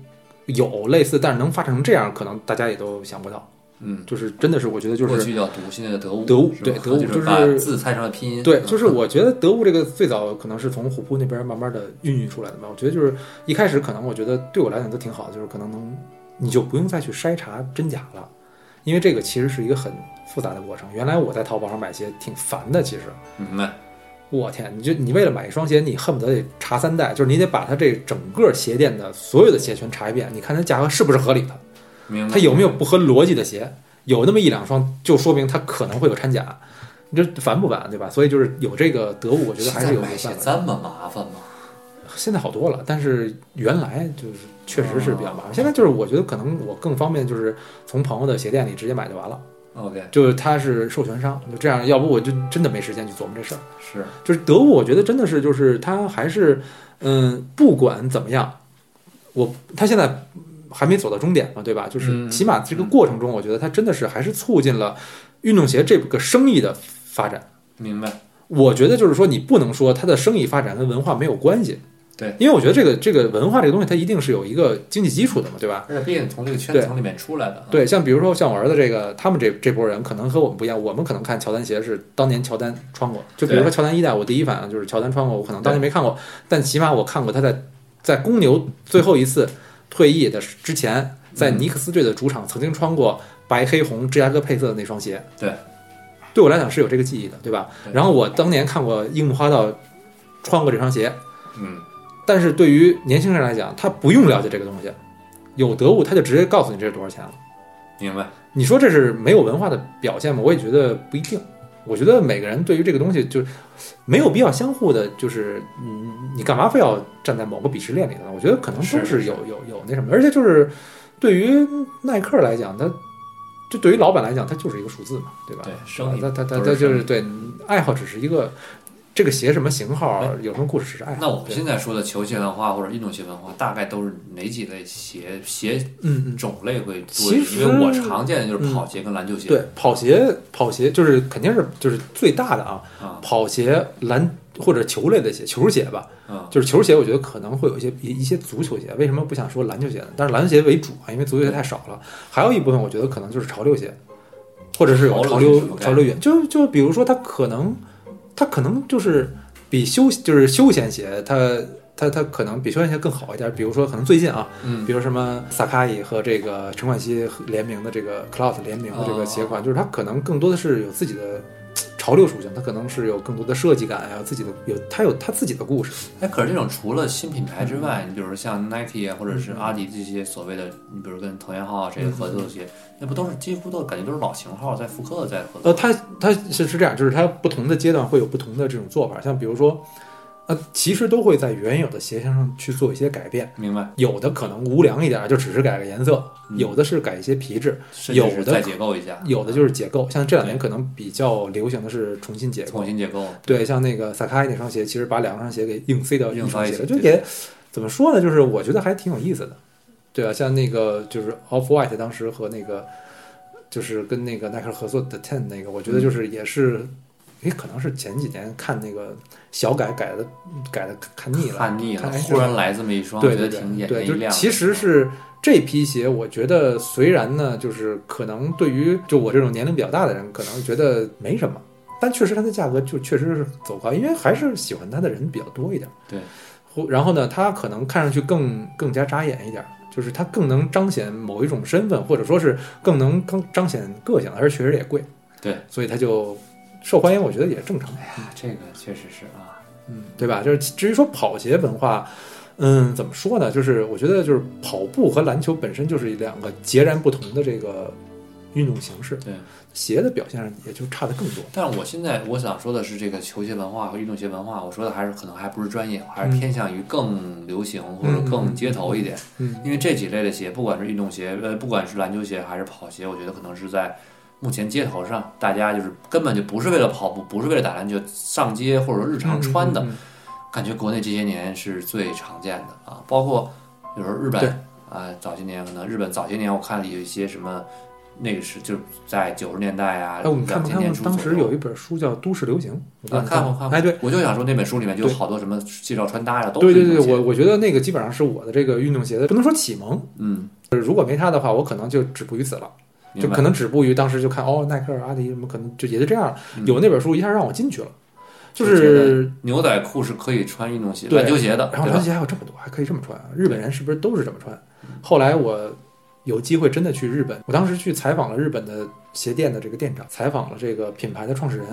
S2: 有类似，但是能发展成这样，可能大家也都想不到。
S1: 嗯，
S2: 就是真的是我觉得就
S1: 过
S2: 是
S1: 去叫读，现在叫德物，
S2: 德物
S1: 是吧
S2: 对德物
S1: 就是
S2: 就是
S1: 把字拆成了拼音，
S2: 对，
S1: 嗯
S2: 就是我觉得德物这个最早可能是从虎扑那边慢慢的孕育出来的吧。我觉得就是一开始可能我觉得对我来讲都挺好的，就是可能能你就不用再去筛查真假了，因为这个其实是一个很复杂的过程。原来我在淘宝上买鞋挺烦的，其实
S1: 明白，
S2: 我天，你就你为了买一双鞋，你恨不得得查三代，就是你得把它这整个鞋店的所有的鞋全查一遍，你看它价格是不是合理的，
S1: 明白，嗯
S2: 它有没有不合逻辑的鞋？有那么一两双，就说明它可能会有掺假。你这烦不烦，对吧？所以就是有这个得物，我觉得还是有
S1: 现在买鞋
S2: 办法。
S1: 这么麻烦吗？
S2: 现在好多了，但是原来就是确实是比较麻烦。现在就是我觉得可能我更方便，就是从朋友的鞋店里直接买就完了。
S1: OK，
S2: 就是他是授权商，就这样。要不我就真的没时间去琢磨这事儿。
S1: 是
S2: 就是得物，我觉得真的是就是他还是嗯，不管怎么样，我他现在还没走到终点嘛，对吧？就是
S1: 嗯
S2: 起码这个过程中，我觉得他真的是还是促进了运动鞋这个生意的发展。
S1: 明
S2: 嗯
S1: 白，
S2: 我觉得就是说，你不能说它的生意发展跟文化没有关系。
S1: 对，
S2: 因为我觉得这个这个文化这个东西，它一定是有一个经济基础的嘛，对吧？
S1: 而且毕竟从这个圈层里面出来的啊，
S2: 对，像比如说像我儿子这个，他们这这波人可能和我们不一样，我们可能看乔丹鞋是当年乔丹穿过，就比如说乔丹一代，我第一反应就是乔丹穿过，我可能当年没看过，但起码我看过他在在公牛最后一次退役的之前，在
S1: 嗯
S2: 尼克斯队的主场曾经穿过白黑红芝加哥配色的那双鞋，
S1: 对，
S2: 对我来讲是有这个记忆的，对吧？
S1: 对
S2: 然后我当年看过樱木花道穿过这双鞋，
S1: 嗯，
S2: 但是对于年轻人来讲，他不用了解这个东西，有得物他就直接告诉你这是多少钱了。
S1: 明白，
S2: 你说这是没有文化的表现吗？我也觉得不一定。我觉得每个人对于这个东西就是没有必要相互的，就是嗯，你干嘛非要站在某个鄙视链里呢？我觉得可能都
S1: 是是
S2: 有有有那什么，而且就是对于耐克来讲，它就对于老板来讲，它就是一个数字嘛，对吧？
S1: 对，生意
S2: 他他他
S1: 都
S2: 他就是
S1: 生
S2: 是
S1: 意
S2: 对爱好只是一个这个鞋什么型号，有什么故事是爱好。
S1: 那我们现在说的球鞋文化或者运动鞋文化，大概都是哪几类鞋鞋
S2: 嗯嗯，
S1: 种类会多
S2: 其
S1: 一
S2: 实嗯
S1: 点？因为我常见的就是跑鞋跟篮球鞋。
S2: 对，跑鞋跑鞋就是肯定是就是最大的啊，
S1: 啊
S2: 跑鞋篮或者球类的鞋，球鞋吧，
S1: 啊，
S2: 就是球鞋，我觉得可能会有一些一一些足球鞋，为什么不想说篮球鞋呢？但是篮球鞋为主啊，因为足球鞋太少了。还有一部分，我觉得可能就是潮流鞋，或者是有
S1: 潮
S2: 潮
S1: 流
S2: 流
S1: 是什么概念
S2: 潮流元，就就比如说它可能它可能就是比休就是休闲鞋，它它它可能比休闲鞋更好一点。比如说可能最近啊，
S1: 嗯
S2: 比如什么萨卡伊和这个陈冠希联名的这个 Cloud 联名的这
S1: 哦
S2: 个鞋款，就是它可能更多的是有自己的。潮流属性，它可能是有更多的设计感呀，自己的有它有它自己的故事，
S1: 哎，可是这种除了新品
S2: 嗯
S1: 牌之外，你比如说像 Nike 啊，或者是阿迪这些所谓的，你比如跟藤原浩啊这
S2: 嗯
S1: 些合作的鞋，那不都是几乎都感觉都是老型号在复刻在合作？
S2: 呃，它它是是这样，就是它不同的阶段会有不同的这种做法，像比如说，呃，其实都会在原有的鞋型上去做一些改变，
S1: 明白？
S2: 有的可能无良一点，就只是改个颜色，
S1: 嗯
S2: 有的是改一些皮质，
S1: 甚至
S2: 有
S1: 是
S2: 的
S1: 再结构一下，
S2: 有的就是解构。像这两年可能比较流行的是重新解构
S1: 重，新结构。
S2: 对，像那个萨卡伊那双鞋，其实把两双鞋给硬塞到一
S1: 硬
S2: 双
S1: 塞
S2: 鞋
S1: 一
S2: 了，
S1: 起
S2: 就
S1: 对
S2: 也怎么说呢？就是我觉得还挺有意思的，对啊，像那个就是 Off White 当时和那个就是跟那个耐克合作的 Ten 那个，我觉得
S1: 嗯
S2: 就是也是，也可能是前几年看那个小改改的改的看腻了，
S1: 叛逆了，
S2: 看
S1: 忽然来这么一双，
S2: 对
S1: 觉
S2: 对
S1: 得
S2: 对
S1: 挺眼
S2: 对，
S1: 前一
S2: 就
S1: 亮。
S2: 其实是这批鞋，我觉得虽然呢，就是可能对于就我这种年龄比较大的人，可能觉得没什么，但确实它的价格就确实是走高，因为还是喜欢它的人比较多一点。
S1: 对
S2: 或，然后呢，它可能看上去更更加扎眼一点。就是它更能彰显某一种身份，或者说是更能更彰显个性，而且确实也贵，
S1: 对，
S2: 所以它就受欢迎，我觉得也正常。
S1: 啊这个确实是啊，
S2: 嗯，对吧？就是至于说跑鞋文化，嗯，怎么说呢？就是我觉得就是跑步和篮球本身就是两个截然不同的这个运动形式，
S1: 对。
S2: 鞋的表现上也就差的更多。
S1: 但我现在我想说的是，这个球鞋文化和运动鞋文化，我说的还是可能还不是专业，还是偏向于更流行或者更街头一点。
S2: 嗯
S1: 因为这几类的鞋，不管是运动鞋，呃，不管是篮球鞋还是跑鞋，我觉得可能是在目前街头上，大家就是根本就不是为了跑步，不是为了打篮球，上街或者日常穿的，
S2: 嗯嗯
S1: 感觉国内这些年是最常见的啊，包括有时候日
S2: 对
S1: 本啊，早些年可能日本早些年我看了有一些什么，那个是就是在九十年代啊，
S2: 哎，我们
S1: 两
S2: 看没
S1: 千
S2: 看
S1: 年
S2: 过
S1: 初
S2: 当
S1: 左
S2: 时
S1: 右
S2: 有一本书叫《都市流行》，我不知道
S1: 啊，
S2: 你
S1: 看
S2: 过
S1: 过看过。
S2: 哎，对。
S1: 我就想说那本书里面就有
S2: 对
S1: 好多什么介绍穿搭呀，都
S2: 对
S1: 是
S2: 对
S1: 这
S2: 对，
S1: 些
S2: 我我觉得那个基本上是我的这个运动鞋的，不能说启蒙，呃
S1: 嗯，
S2: 如果没它的话，我可能就止步于此了。就
S1: 明白
S2: 可能止步于当时就看哦，耐克、阿迪什么，可能就也就这样了。有那本书一下让我进去了，就
S1: 就觉嗯得
S2: 是
S1: 牛仔裤是可以穿运动鞋、
S2: 对
S1: 篮球鞋的，
S2: 然后
S1: 对
S2: 篮
S1: 吧
S2: 球？鞋还有这么多，还可以这么穿啊，日本人是不是都是这么穿？后来我有机会真的去日本，我当时去采访了日本的鞋店的这个店长，采访了这个品牌的创始人，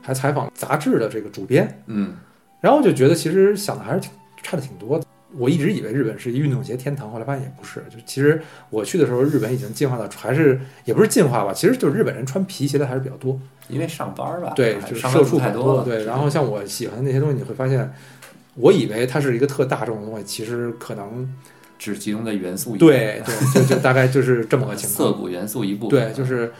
S2: 还采访了杂志的这个主编，
S1: 嗯，
S2: 然后就觉得其实想的还是挺差的挺多的。我一直以为日本是一运动鞋天堂，后来发现也不是。就其实我去的时候，日本已经进化到还是也不是进化吧，其实就是日本人穿皮鞋的还是比较多。
S1: 因为上班儿吧，
S2: 对，
S1: 啊还
S2: 就是
S1: 上
S2: 社
S1: 班
S2: 畜
S1: 族太
S2: 很多
S1: 了，
S2: 对，然后像我喜欢的那些东西，你会发现，我以为它是一个特大众的东西，其实可能
S1: 只集中在元素一部
S2: 对
S1: 分，
S2: 对，就就大概就是这么个情
S1: 涩
S2: 况。
S1: 谷元素一部分，
S2: 对，就是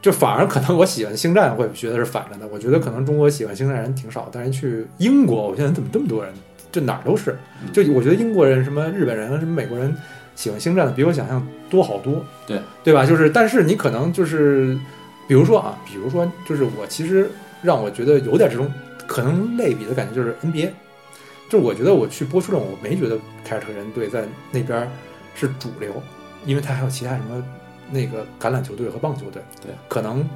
S2: 就反而可能我喜欢星战会觉得是反着的。我觉得可能中国喜欢星战人挺少，但是去英国，我现在怎么这么多人？这哪儿都是。
S1: 嗯
S2: 就我觉得英国人、什么日本人、什么美国人喜欢星战的比我想象多好多。
S1: 对
S2: 对吧？就是但是你可能就是，比如说啊，比如说就是我其实让我觉得有点这种可能类比的感觉，就是 NBA。就是我觉得我去波士顿，我没觉得凯尔特人队在那边儿是主流，因为他还有其他什么那个橄榄球队和棒球队，
S1: 对，
S2: 可能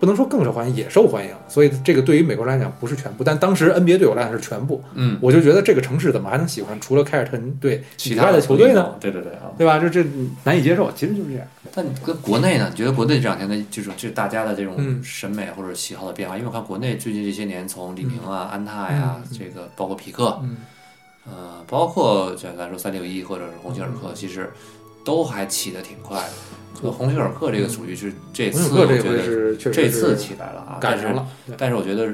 S2: 不能说更受欢迎，也受欢迎。所以这个对于美国人来讲不是全部，但当时 NBA 对我来讲是全部。
S1: 嗯，
S2: 我就觉得这个城市怎么还能喜欢除了凯尔特人队
S1: 其
S2: 以外的球队
S1: 不
S2: 呢？
S1: 一样？对对对啊。
S2: 对吧？这这难以接受，其实就是这样。
S1: 但跟国内呢？你觉得国内这两年的这种，就是大家的这
S2: 嗯嗯
S1: 种审美或者喜好的变化？因为我看国内最近这些年，从李宁啊、安踏呀、
S2: 嗯嗯
S1: 这个包括匹克，
S2: 嗯，
S1: 呃，包括像咱说三六一或者是鸿星尔
S2: 嗯
S1: 克，其实都还起得挺快的。可能鸿星尔克这个属于是这
S2: 红
S1: 次，
S2: 酒
S1: 我
S2: 客这
S1: 觉
S2: 回
S1: 得
S2: 是确实
S1: 这次
S2: 是
S1: 起来了啊，但
S2: 赶
S1: 是
S2: 上了。
S1: 但是我觉得，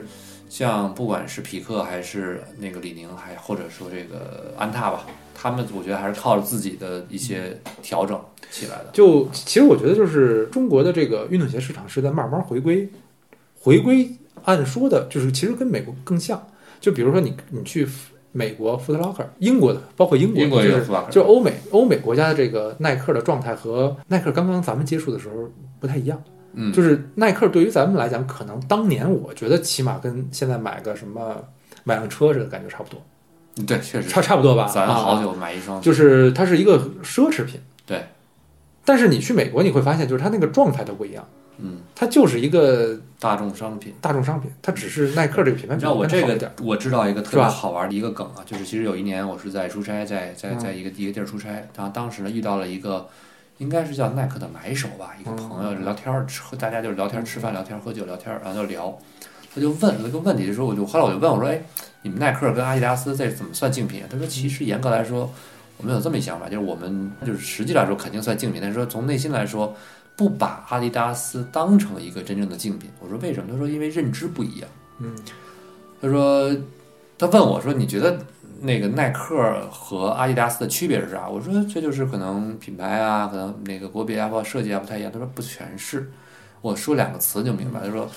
S1: 像不管是匹克还是那个李宁，还或者说这个安踏吧，他们我觉得还是靠着自己的一些调整起来的。
S2: 就其实我觉得，就是中国的这个运动鞋市场是在慢慢回归，回归按说的就是其实跟美国更像，就比如说你你去美国 Foot Locker，英国的包括英国
S1: 英国也
S2: 就
S1: 有
S2: 是
S1: Foot Locker
S2: 就是欧美欧美国家的这个耐克的状态和耐克刚刚咱们接触的时候不太一样。
S1: 嗯，
S2: 就是耐克对于咱们来讲，可能当年我觉得起码跟现在买个什么买辆车似的感觉差不多，
S1: 对，确实
S2: 差差不多吧？
S1: 咱好
S2: 啊，
S1: 久买一双，
S2: 就是它是一个奢侈品。
S1: 对，
S2: 但是你去美国，你会发现，就是它那个状态都不一样，
S1: 嗯，
S2: 它就是一个
S1: 大众商品。
S2: 大众商品，它只是耐克这个品牌
S1: 你
S2: 比
S1: 知道
S2: 较
S1: 我这
S2: 哎好一点
S1: 个，我知道一个特
S2: 是
S1: 别
S2: 吧
S1: 好玩的一个梗啊，就是其实有一年我是在出差，在在
S2: 嗯
S1: 在一个一个地儿出差，然后当时呢遇到了一个应该是叫耐克的买手吧，一个
S2: 嗯
S1: 朋友聊天儿吃，大家就是聊天儿吃饭、聊天儿喝酒、聊天儿，然后就聊，他就问了一个问题，就说我就后来我就问我说，哎，你们耐克跟阿迪达斯这怎么算竞品啊？他说其实严格来说，我们有这么一想法，就是我们就是实际来说肯定算竞品，但是说从内心来说。不把阿迪达斯当成一个真正的竞品，我说为什么？他说因为认知不一样。
S2: 嗯，
S1: 他说，他问我说，你觉得那个耐克和阿迪达斯的区别是啥？我说这就是可能品牌啊，可能那个国别啊或设计啊不太一样。他说不全是，我说两个词就明白。他说，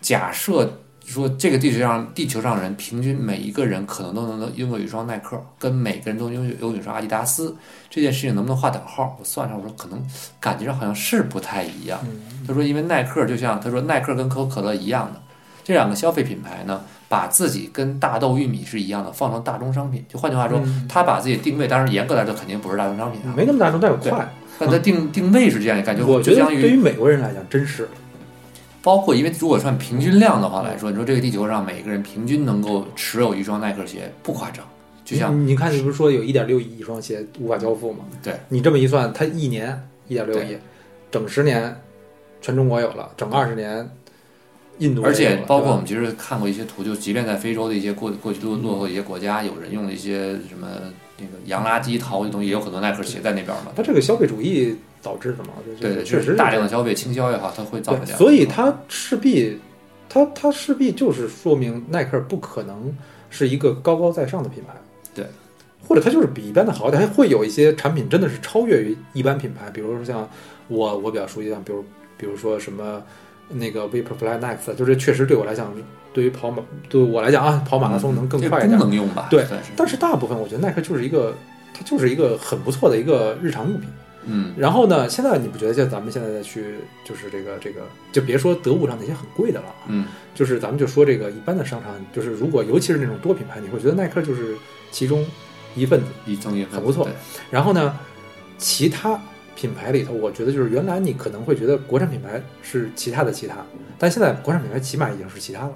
S1: 假设说这个地球上地球上人平均每一个人可能都能拥有一双耐克，跟每个人都拥有拥有一双阿迪达斯，这件事情能不能画等号？我算上，我说可能感觉上好像是不太一样。
S2: 嗯
S1: 他说，因为耐克就像他说耐克跟可口可乐一样的，这两个消费品牌呢，把自己跟大豆、玉米是一样的，放成大宗商品。就换句话说，
S2: 嗯
S1: 他把自己定位，当然严格来说肯定不是大宗商品啊，
S2: 没那么大众，但也快。
S1: 但他定定位是这样的感觉，
S2: 我
S1: 就
S2: 觉得
S1: 相当
S2: 对
S1: 于
S2: 于美国人来讲，真是
S1: 包括，因为如果算平均量的话来说，你说这个地球上每个人平均能够持有一双耐克鞋，不夸张，就像
S2: 你你看，你不是说有一点六亿一双鞋无法交付吗？
S1: 对，
S2: 你这么一算，它一年一点六亿
S1: 对，
S2: 整十年，全中国有了，整二十年，印度也有
S1: 而
S2: 了
S1: 且包括我
S2: 嗯对吧
S1: 们其实看过一些图，就即便在非洲的一些过过去落落后的一些国家，有人用的一些什么那个洋垃圾淘的东西，也有很多耐克鞋在那边嘛。
S2: 它这个消费主义导致的嘛，我觉得这
S1: 对
S2: 个
S1: 对，
S2: 确
S1: 就是
S2: 实
S1: 大量
S2: 的
S1: 的消费倾销也好，它会造成这
S2: 对，
S1: 样。
S2: 所以它势必，它它势必就是说明耐克不可能是一个高高在上的品牌，
S1: 对，
S2: 或者它就是比一般的好一点，它会有一些产品真的是超越于一般品牌，比如说像我我比较熟悉的，比如比如说什么那个 Vaporfly Next，就是确实对我来讲，对于跑马对我来讲啊，跑马拉松能更
S1: 嗯这个
S2: 快一
S1: 功
S2: 点，
S1: 能用吧，
S2: 对
S1: 算是。
S2: 但是大部分我觉得耐克就是一个，它就是一个很不错的一个日常用品。
S1: 嗯，
S2: 然后呢，现在你不觉得像咱们现在再去，就是这个这个，就别说得物上那些很贵的了，啊
S1: 嗯，
S2: 就是咱们就说这个一般的商场，就是如果尤其是那种多品牌，你会觉得耐克就是其中一份子。
S1: 一增一分
S2: 很不错
S1: 对
S2: 然后呢，其他品牌里头，我觉得就是原来你可能会觉得国产品牌是其他的其他，但现在国产品牌起码已经是其他了。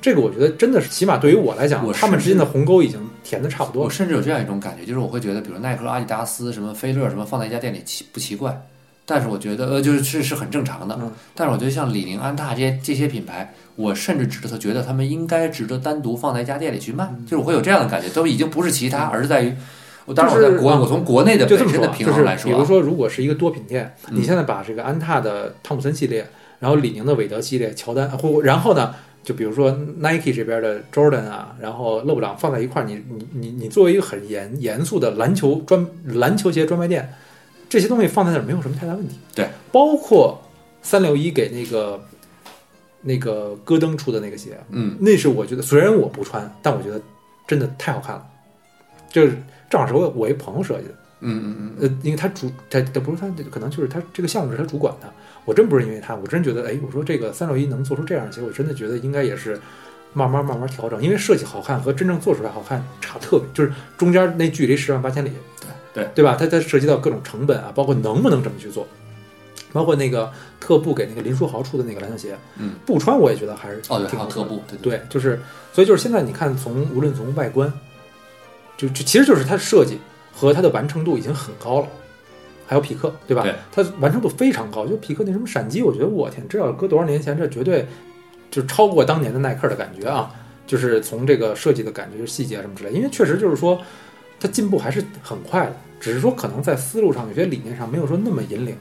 S2: 这个我觉得真的是，起码对于我来讲，
S1: 我
S2: 他们
S1: 是
S2: 之间的鸿沟已经填的差不多
S1: 我
S2: 了。
S1: 甚至有这样一种感觉，就是我会觉得，比如耐克、阿迪达斯、什么菲乐什么放在一家店里奇不奇怪？但是我觉得，呃，就是是是很正常的
S2: 嗯。
S1: 但是我觉得像李宁、安踏这些这些品牌，我甚至值得觉得他们应该值得单独放在一家店里去卖。
S2: 嗯
S1: 就是我会有这样的感觉，都已经不是其他，而是在于，我当然我
S2: 就是
S1: 在国
S2: 嗯
S1: 我从国内的
S2: 就这
S1: 本
S2: 么
S1: 身
S2: 说
S1: 的
S2: 啊，
S1: 平
S2: 就
S1: 衡
S2: 是
S1: 来说
S2: 比
S1: 啊，
S2: 如说，如果是一个多品店，
S1: 嗯
S2: 你现在把这个安踏的汤普森系列，然后李宁的韦德系列、乔丹，或然后呢，就比如说 Nike 这边的 Jordan 啊，然后勒布朗放在一块儿，你你你你作为一个很严严肃的篮球专篮球鞋专卖店，这些东西放在那儿没有什么太大问题。
S1: 对，
S2: 包括三六一给那个那个戈登出的那个鞋，
S1: 嗯，
S2: 那是我觉得，虽然我不穿，但我觉得真的太好看了。就是正好是我我一朋友设计的，
S1: 嗯嗯嗯
S2: 呃，因为他主他他不是他，可能就是他这个项目是他主管的。我真不是因为他，我真觉得，哎，我说这个三六一能做出这样的鞋，我真的觉得应该也是慢慢慢慢调整，因为设计好看和真正做出来好看差特别，就是中间那距离十万八千里，
S1: 对对
S2: 对吧？它它涉及到各种成本啊，包括能不能这么去做，包括那个特步给那个林书豪出的那个篮球鞋，
S1: 嗯，
S2: 不穿我也觉得还是
S1: 哦对，
S2: 挺
S1: 还有
S2: 好看
S1: 特
S2: 的
S1: 步，对对
S2: 对，就是所以就是现在你看从，无论从外观，就就其实就是它的设计和它的完成度已经很高了，还有匹克，对吧？
S1: 对
S2: 它完成度非常高，就匹克那什么闪击，我觉得我天，这要搁多少年前，这绝对就超过当年的耐克的感觉啊！就是从这个设计的感觉、细节什么之类，因为确实就是说它进步还是很快的，只是说可能在思路上有些理念上没有说那么引领。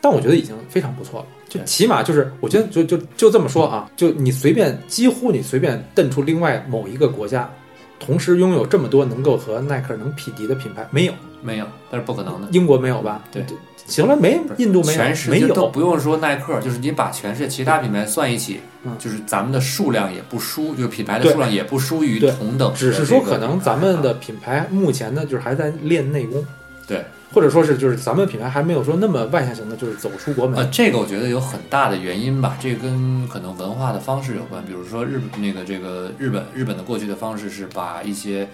S2: 但我觉得已经非常不错了，就
S1: 对
S2: 起码就是，我觉得就就就这么说啊，就你随便几乎你随便瞪出另外某一个国家，同时拥有这么多能够和耐克能匹敌的品牌，没有，
S1: 没有，但是不可能的。
S2: 英国没有吧？
S1: 对，
S2: 行了，没印度没有
S1: 全世
S2: 没
S1: 界都
S2: 有，
S1: 不用说耐克，就是你把全世界其他品牌算一起，
S2: 嗯
S1: 就是咱们的数量也不输，就是品牌的
S2: 对
S1: 数量也不输于
S2: 对
S1: 同等的这
S2: 只
S1: 个品牌啊。
S2: 是说可能咱们的品牌目前呢，就是还在练内功，
S1: 对，
S2: 或者说是就是咱们品牌还没有说那么外向型的，就是走出国门
S1: 呃，。这个我觉得有很大的原因吧，这个跟可能文化的方式有关。比如说日本那个这个日本日本的过去的方式是把一些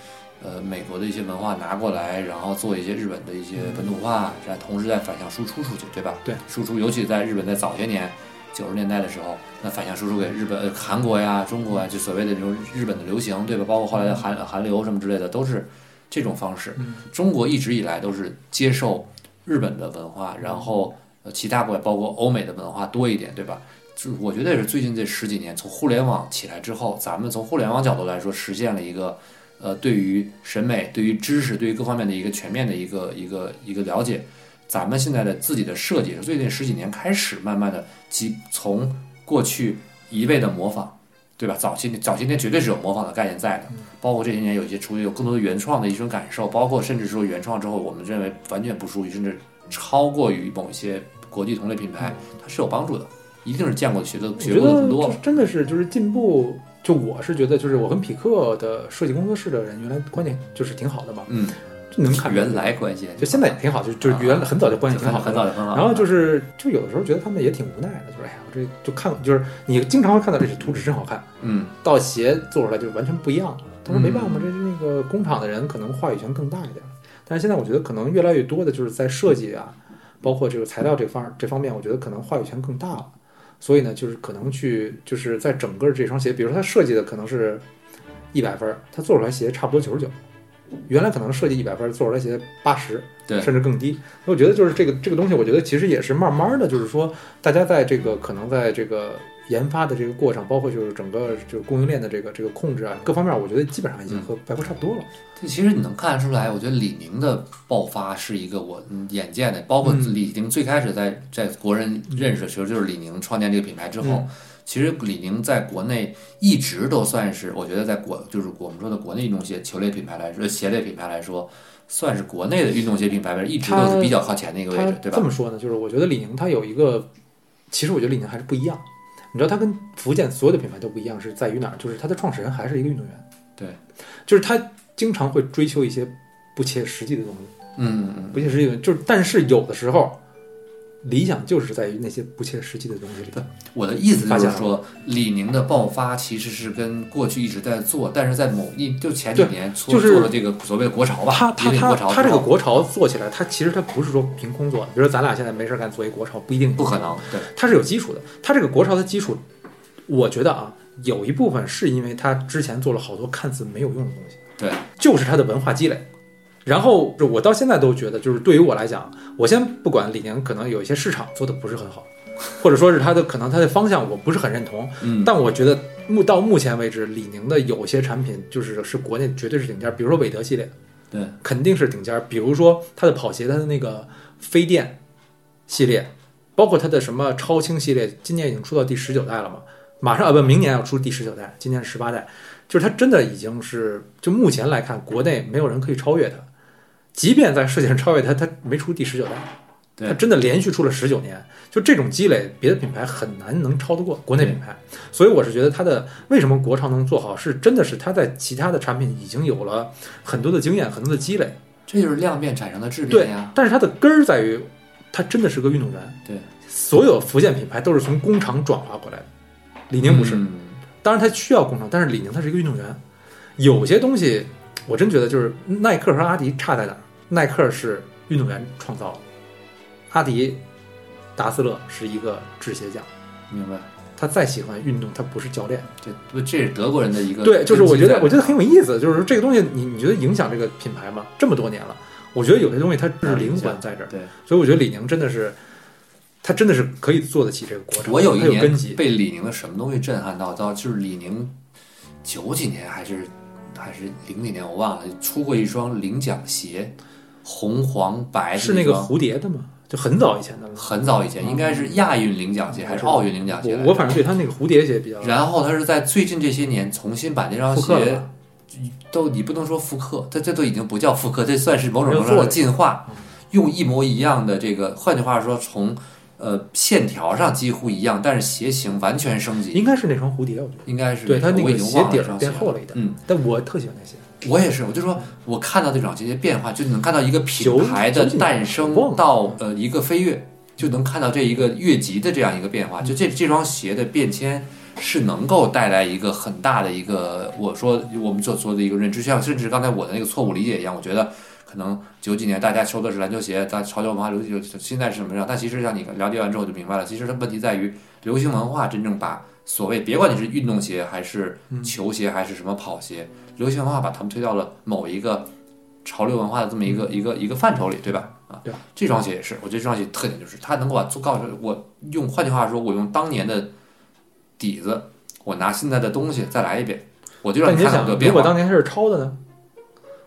S1: 呃美国的一些文化拿过来，然后做一些日本的一些本土化，然后同时再反向输出出去，对吧？
S2: 对，
S1: 输出尤其在日本在早些年九十年代的时候，那反向输出给日本、呃、韩国呀、中国呀，就所谓的这种日本的流行，对吧？包括后来的韩韩流什么之类的，都是这种方式。
S2: 嗯
S1: 中国一直以来都是接受日本的文化，然后呃其他国家包括欧美的文化多一点，对吧？就我觉得也是最近这十几年，从互联网起来之后，咱们从互联网角度来说，实现了一个呃对于审美、对于知识、对于各方面的一个全面的一个一个一个了解。咱们现在的自己的设计是最近十几年开始慢慢的即从过去一味的模仿，对吧？早期早期那绝对是有模仿的概念在
S2: 嗯
S1: 的，包括这些年有一些出有更多的原创的一种感受，包括甚至说原创之后，我们认为完全不输于，甚至超过于某一些国际同类品牌，它是有帮助的，一定是见过学的
S2: 嗯我
S1: 学
S2: 觉
S1: 过的
S2: 得
S1: 很多
S2: 就
S1: 嘛
S2: 是。真的是就是进步，就我是觉得就是我跟匹克的设计工作室的人原来关系就是挺好的嘛，
S1: 嗯，
S2: 就能看出
S1: 原来关系
S2: 就现在也挺好，就就是原来很早就关系挺
S1: 很
S2: 好
S1: 好，
S2: 的
S1: 很。早就啊很好。
S2: 然后就是是，就有的时候觉得他们也挺无奈的，就是哎呀，我这就看，就是你经常会看到这图纸真好看，
S1: 嗯，
S2: 到鞋做出来就完全不一样了。他说没办法，这是那个工厂的人可能话语权更大一点。但是现在我觉得可能越来越多的就是在设计啊，包括这个材料这方这方面，我觉得可能话语权更大了。所以呢，就是可能去就是在整个这双鞋，比如说它设计的可能是一百分儿，它做出来鞋差不多九十九。原来可能设计一百分儿，做出来鞋八十，
S1: 对
S2: 甚至更低。所以我觉得就是这个这个东西，我觉得其实也是慢慢的，就是说大家在这个可能在这个研发的这个过程，包括就是整个就是供应链的这个这个控制啊，各方面，我觉得基
S1: 嗯
S2: 本上已经和白国差不多了。
S1: 这其实你能看得出来，我觉得李宁的爆发是一个我嗯眼见的，包括
S2: 嗯
S1: 李宁最开始在在国人认识的时候，就是李宁创建这个品牌之后，
S2: 嗯
S1: 其实李宁在国内一直都算是，我觉得在国就是我们说的国内运动鞋球类品牌来说，呃鞋类品牌来说，算是国内的运动鞋品牌里边一直都是比较靠前的一个位
S2: 他
S1: 置，对吧
S2: 这？么说呢，就是我觉得李宁它有一个，其实我觉得李宁还是不一样。你知道它跟福建所有的品牌都不一样，是在于哪儿？就是它的创始人还是一个运动员，
S1: 对，
S2: 就是他经常会追求一些不切实际的东西，
S1: 嗯嗯嗯。
S2: 不切实际的东西就是，但是有的时候，理想就是在于那些不切实际的东西里。
S1: 我的意思就
S2: 发现
S1: 是
S2: 了
S1: 说，李宁的爆发其实是跟过去一直在做，但是在某一就前几
S2: 对
S1: 年做、
S2: 就是
S1: 做了这个所谓的国潮吧，
S2: 他他
S1: 引领
S2: 他
S1: 国潮之后，
S2: 他这个国潮做起来，他其实他不是说凭空做的，比如说咱俩现在没事干做一国潮，不一定
S1: 不可能，对。
S2: 它是有基础的。它这个国潮的基础，我觉得啊，有一部分是因为它之前做了好多看似没有用的东西，
S1: 对，
S2: 就是它的文化积累。然后呃我到现在都觉得，就是对于我来讲，我先不管李宁可能有一些市场做的不是很好，或者说是它的可能它的方向我不是很认同，
S1: 嗯，
S2: 但我觉得目到目前为止，李宁的有些产品就是是国内绝对是顶尖儿，比如说韦德系列，
S1: 对，
S2: 肯定是顶尖儿。比如说它的跑鞋，它的那个飞电系列，包括它的什么超轻系列，今年已经出到第十九代了嘛，马上啊不，明年要出第十九代，今年是十八代，就是它真的已经是就目前来看，国内没有人可以超越它。即便在世界上超越它，它没出第十九代，
S1: 对
S2: 它真的连续出了十九年，就这种积累，别的品牌很难能超得过国内品牌。所以我是觉得它的为什么国潮能做好，是真的是它在其他的产品已经有了很多的经验、很多的积累。
S1: 这就是量变产生的质
S2: 对
S1: 变呀，。
S2: 但是它的根儿在于，它真的是个运动员。
S1: 对，
S2: 所有福建品牌都是从工厂转化过来的，李宁不是。
S1: 嗯
S2: 当然它需要工厂，但是李宁它是一个运动员，有些东西我真觉得就是耐克和阿迪差在哪儿？耐克是运动员创造的，阿迪达斯勒是一个制鞋匠，
S1: 明白。
S2: 他再喜欢运动，他不是教练。
S1: 这不这是德国人的一个
S2: 对，就是我觉得我觉得很
S1: 有
S2: 有意思，就是这个东西你你觉得影响这个品牌吗？这么多年了，我觉得有些东西它就是灵魂在这儿，
S1: 对。
S2: 所以我觉得李宁真的是，他真的是可以做得起这个国潮，
S1: 我有一
S2: 它有
S1: 年
S2: 根基。
S1: 被李宁的什么东西震撼到，到就是李宁九几年还是还是零几年我忘了，出过一双领奖鞋，红黄白
S2: 是那个
S1: 一双
S2: 蝴蝶的嘛，就很早以前的了。
S1: 很早以前，应该是亚运领奖鞋还是奥运领奖鞋来
S2: 嗯我
S1: 着？
S2: 我反正对他那个蝴蝶鞋比较
S1: 然后他是在最近这些年重新把那双
S2: 复刻了
S1: 鞋
S2: 吧，
S1: 都你不能说复刻，它这都已经不叫复刻，这算是某种程度上
S2: 没有
S1: 的
S2: 做
S1: 进化
S2: 嗯。
S1: 用一模一样的这个，换句话说，从呃线条上几乎一样，但是鞋型完全升级，
S2: 应该是那双蝴蝶，我觉得。
S1: 应该是
S2: 对它那
S1: 我已
S2: 个
S1: 经
S2: 鞋
S1: 忘了
S2: 底
S1: 这
S2: 儿
S1: 双
S2: 变
S1: 鞋
S2: 厚了一点，
S1: 嗯，
S2: 但我特喜欢那鞋。
S1: 我也是，我就说我看到这种这些变化，就能看到一个品
S2: 九
S1: 牌
S2: 九
S1: 的
S2: 几年
S1: 诞
S2: 忘
S1: 生
S2: 了
S1: 到呃一个飞跃，就能看到这一个越级的这样一个变化。就这这双鞋的变
S2: 嗯
S1: 迁是能够带来一个很大的一个，我说我们所说的一个认知，像甚至刚才我的那个错误理解一样，我觉得。可能九几年大家收的是篮球鞋，大潮流文化流行，现在是什么样？但其实像你了解完之后就明白了，其
S2: 嗯
S1: 实它问题在于流行文化真正把所谓别管你是运动鞋还是球鞋还是什么跑鞋，流行文化把他们推到了某一个潮流文化的这么一个一个一个范畴里，对吧？啊，
S2: 嗯对啊
S1: 这双鞋也是，我觉得这双鞋特点就是它能够把做告诉我用，换句话说，我用当年的底子，我拿现在的东西再来一遍，我就让
S2: 但
S1: 你
S2: 你
S1: 看到
S2: 想
S1: 这个，
S2: 如
S1: 变
S2: 果
S1: 化。
S2: 当年他是抄的呢？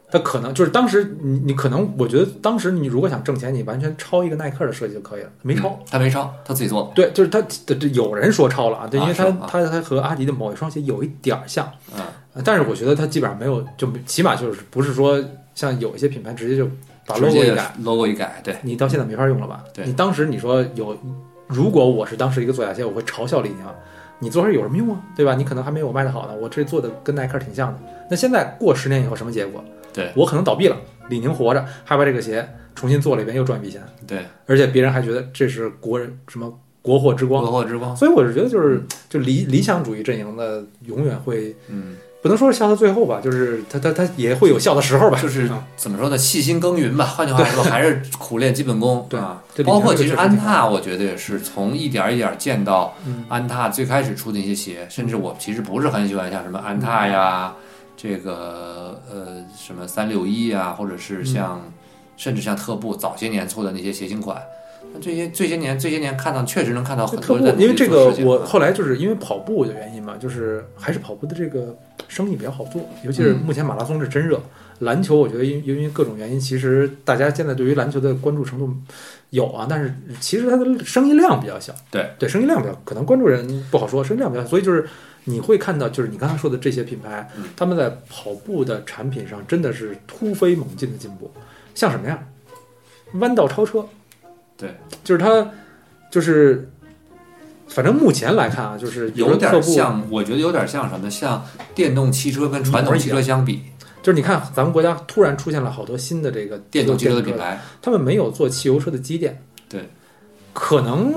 S2: 他可能就是当时你你可能，我觉得当时你如果想挣钱，你完全抄一个耐克的设计就可以了，没抄。
S1: 嗯，他没抄，他自己做的。
S2: 对，就是他这这有人说抄了啊，对，
S1: 啊
S2: 因为他
S1: 是吗
S2: 他他和阿迪的某一双鞋有一点儿像，
S1: 嗯，
S2: 呃但是我觉得他基本上没有，就没起码就是不是说像有一些品牌直接就把
S1: 直
S2: logo
S1: 接
S2: 一改，
S1: logo 一改，对，
S2: 你到现在没法用了吧？
S1: 对
S2: 你当时你说有，如果我是当时一个做假鞋，我会嘲笑李宁，你做这有什么用啊？对吧？你可能还没有我卖的好呢，我这做的跟耐克挺像的。那现在过十年以后什么结果？
S1: 对
S2: 我可能倒闭了，李宁活着还把这个鞋重新做了一遍，又赚一笔钱，
S1: 对，
S2: 而且别人还觉得这是国人什么国货之光
S1: 国。货之光，
S2: 所以我是觉得，就是就理理想主义阵营的，永远会
S1: 嗯，
S2: 不能说是笑到最后吧，就是他他他也会有笑的时候吧。
S1: 就是
S2: 啊
S1: 怎么说呢，细心耕耘吧。换句话说，还是苦练基本功。
S2: 对
S1: 啊
S2: 这，里面
S1: 包括
S2: 这个
S1: 其实
S2: 确实
S1: 安
S2: 挺好
S1: 踏，我觉得也是从一点儿一点儿见到
S2: 嗯
S1: 安踏最开始出的那些鞋，甚至我其实不是很喜欢像什么安
S2: 嗯
S1: 踏呀，这个呃什么三六一呀，或者
S2: 嗯
S1: 是像甚至像特步早些年出的那些鞋型款。那这些这些年这些年看到，确实能看到啊很
S2: 特
S1: 多
S2: 步
S1: 人，在
S2: 因
S1: 努
S2: 为
S1: 力
S2: 这
S1: 做
S2: 个
S1: 事情
S2: 我
S1: 啊
S2: 后来就是因为跑步的原因嘛，就是还是跑步的这个生意比较好做，尤其是
S1: 嗯
S2: 目前马拉松是真热。篮球我觉得因因为各种原因，其实大家现在对于篮球的关注程度有啊，但是其实它的生意量比较小。
S1: 对
S2: 对，生意量比较可能关注人不好说，生意量比较小，所以就是你会看到，就是你刚才说的这些品牌
S1: 嗯，
S2: 他们在跑步的产品上真的是突飞猛进的进步，像什么呀？弯道超车，
S1: 对，
S2: 就是它，就是，反正目前来看啊，就是比如
S1: 有
S2: 说特
S1: 点
S2: 步，
S1: 像，我觉得有点像什么，像电动汽车跟传统汽车相比，
S2: 就是你看咱们国家突然出现了好多新的这个
S1: 电动汽车的
S2: 电
S1: 品，牌，
S2: 他们没有做汽油车的积淀，
S1: 对，
S2: 可能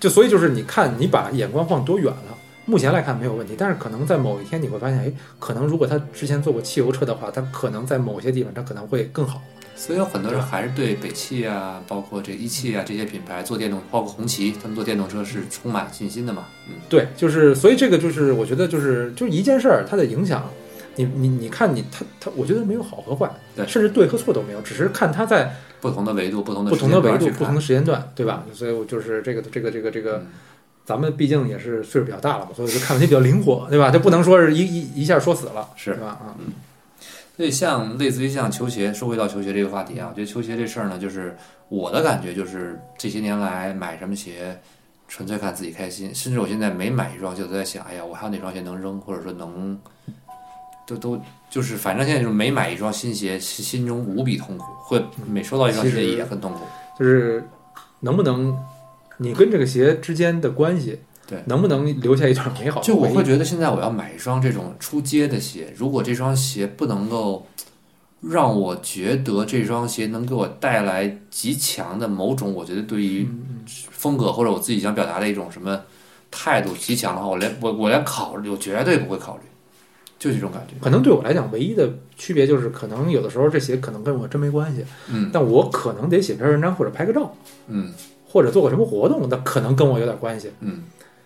S2: 就所以就是你看，你把眼光放多远了。目前来看没有问题，但是可能在某一天你会发现，哎，可能如果他之前做过汽油车的话，他可能在某些地方他可能会更好。
S1: 所以有很多人还是对北汽啊，包括这一汽
S2: 嗯
S1: 啊这些品牌做电动，包括红旗，他们做电动车是充满信心的嘛。嗯，
S2: 对，就是所以这个就是我觉得就是就是一件事儿，它的影响，你你你看你它它，我觉得没有好和坏，
S1: 对
S2: 甚至对和错都没有，只是看它在
S1: 不同的维度，不同的
S2: 不同的维
S1: 时
S2: 度、
S1: 间段去
S2: 不
S1: 看
S2: 同的时间段，对吧？所以我就是这个这个这个这个
S1: 嗯，
S2: 咱们毕竟也是岁数比较大了嘛，所以就看问题比较灵活，对吧？就不能说是一一一下说死了，
S1: 是
S2: 对吧？啊，
S1: 所以像类似于像球鞋，说回到球鞋这个话题啊，我觉得球鞋这事儿呢，就是我的感觉就是这些年来买什么鞋，纯粹看自己开心。甚至我现在每买一双鞋，都在想，哎呀，我还有哪双鞋能扔，或者说能，都都 就是反正现在就是每买一双新鞋，心心中无比痛苦，会每收到一双
S2: 其
S1: 鞋
S2: 实
S1: 也很痛苦。
S2: 就是能不能你跟这个鞋之间的关系，
S1: 对
S2: 能不能留下一段美好的
S1: 就我
S2: 回忆
S1: 会觉得现在我要买一双这种出街的鞋，如果这双鞋不能够让我觉得这双鞋能给我带来极强的某种，我觉得对于
S2: 嗯嗯
S1: 风格或者我自己想表达的一种什么态度极强的话，我连我我连考虑，我绝对不会考虑，就这种感觉。
S2: 嗯可能对我来讲，唯一的区别就是，可能有的时候这鞋可能跟我真没关系，
S1: 嗯
S2: 但我可能得写篇文章或者拍个照，
S1: 嗯
S2: 或者做个什么活动，那可能跟我有点关系。
S1: 嗯，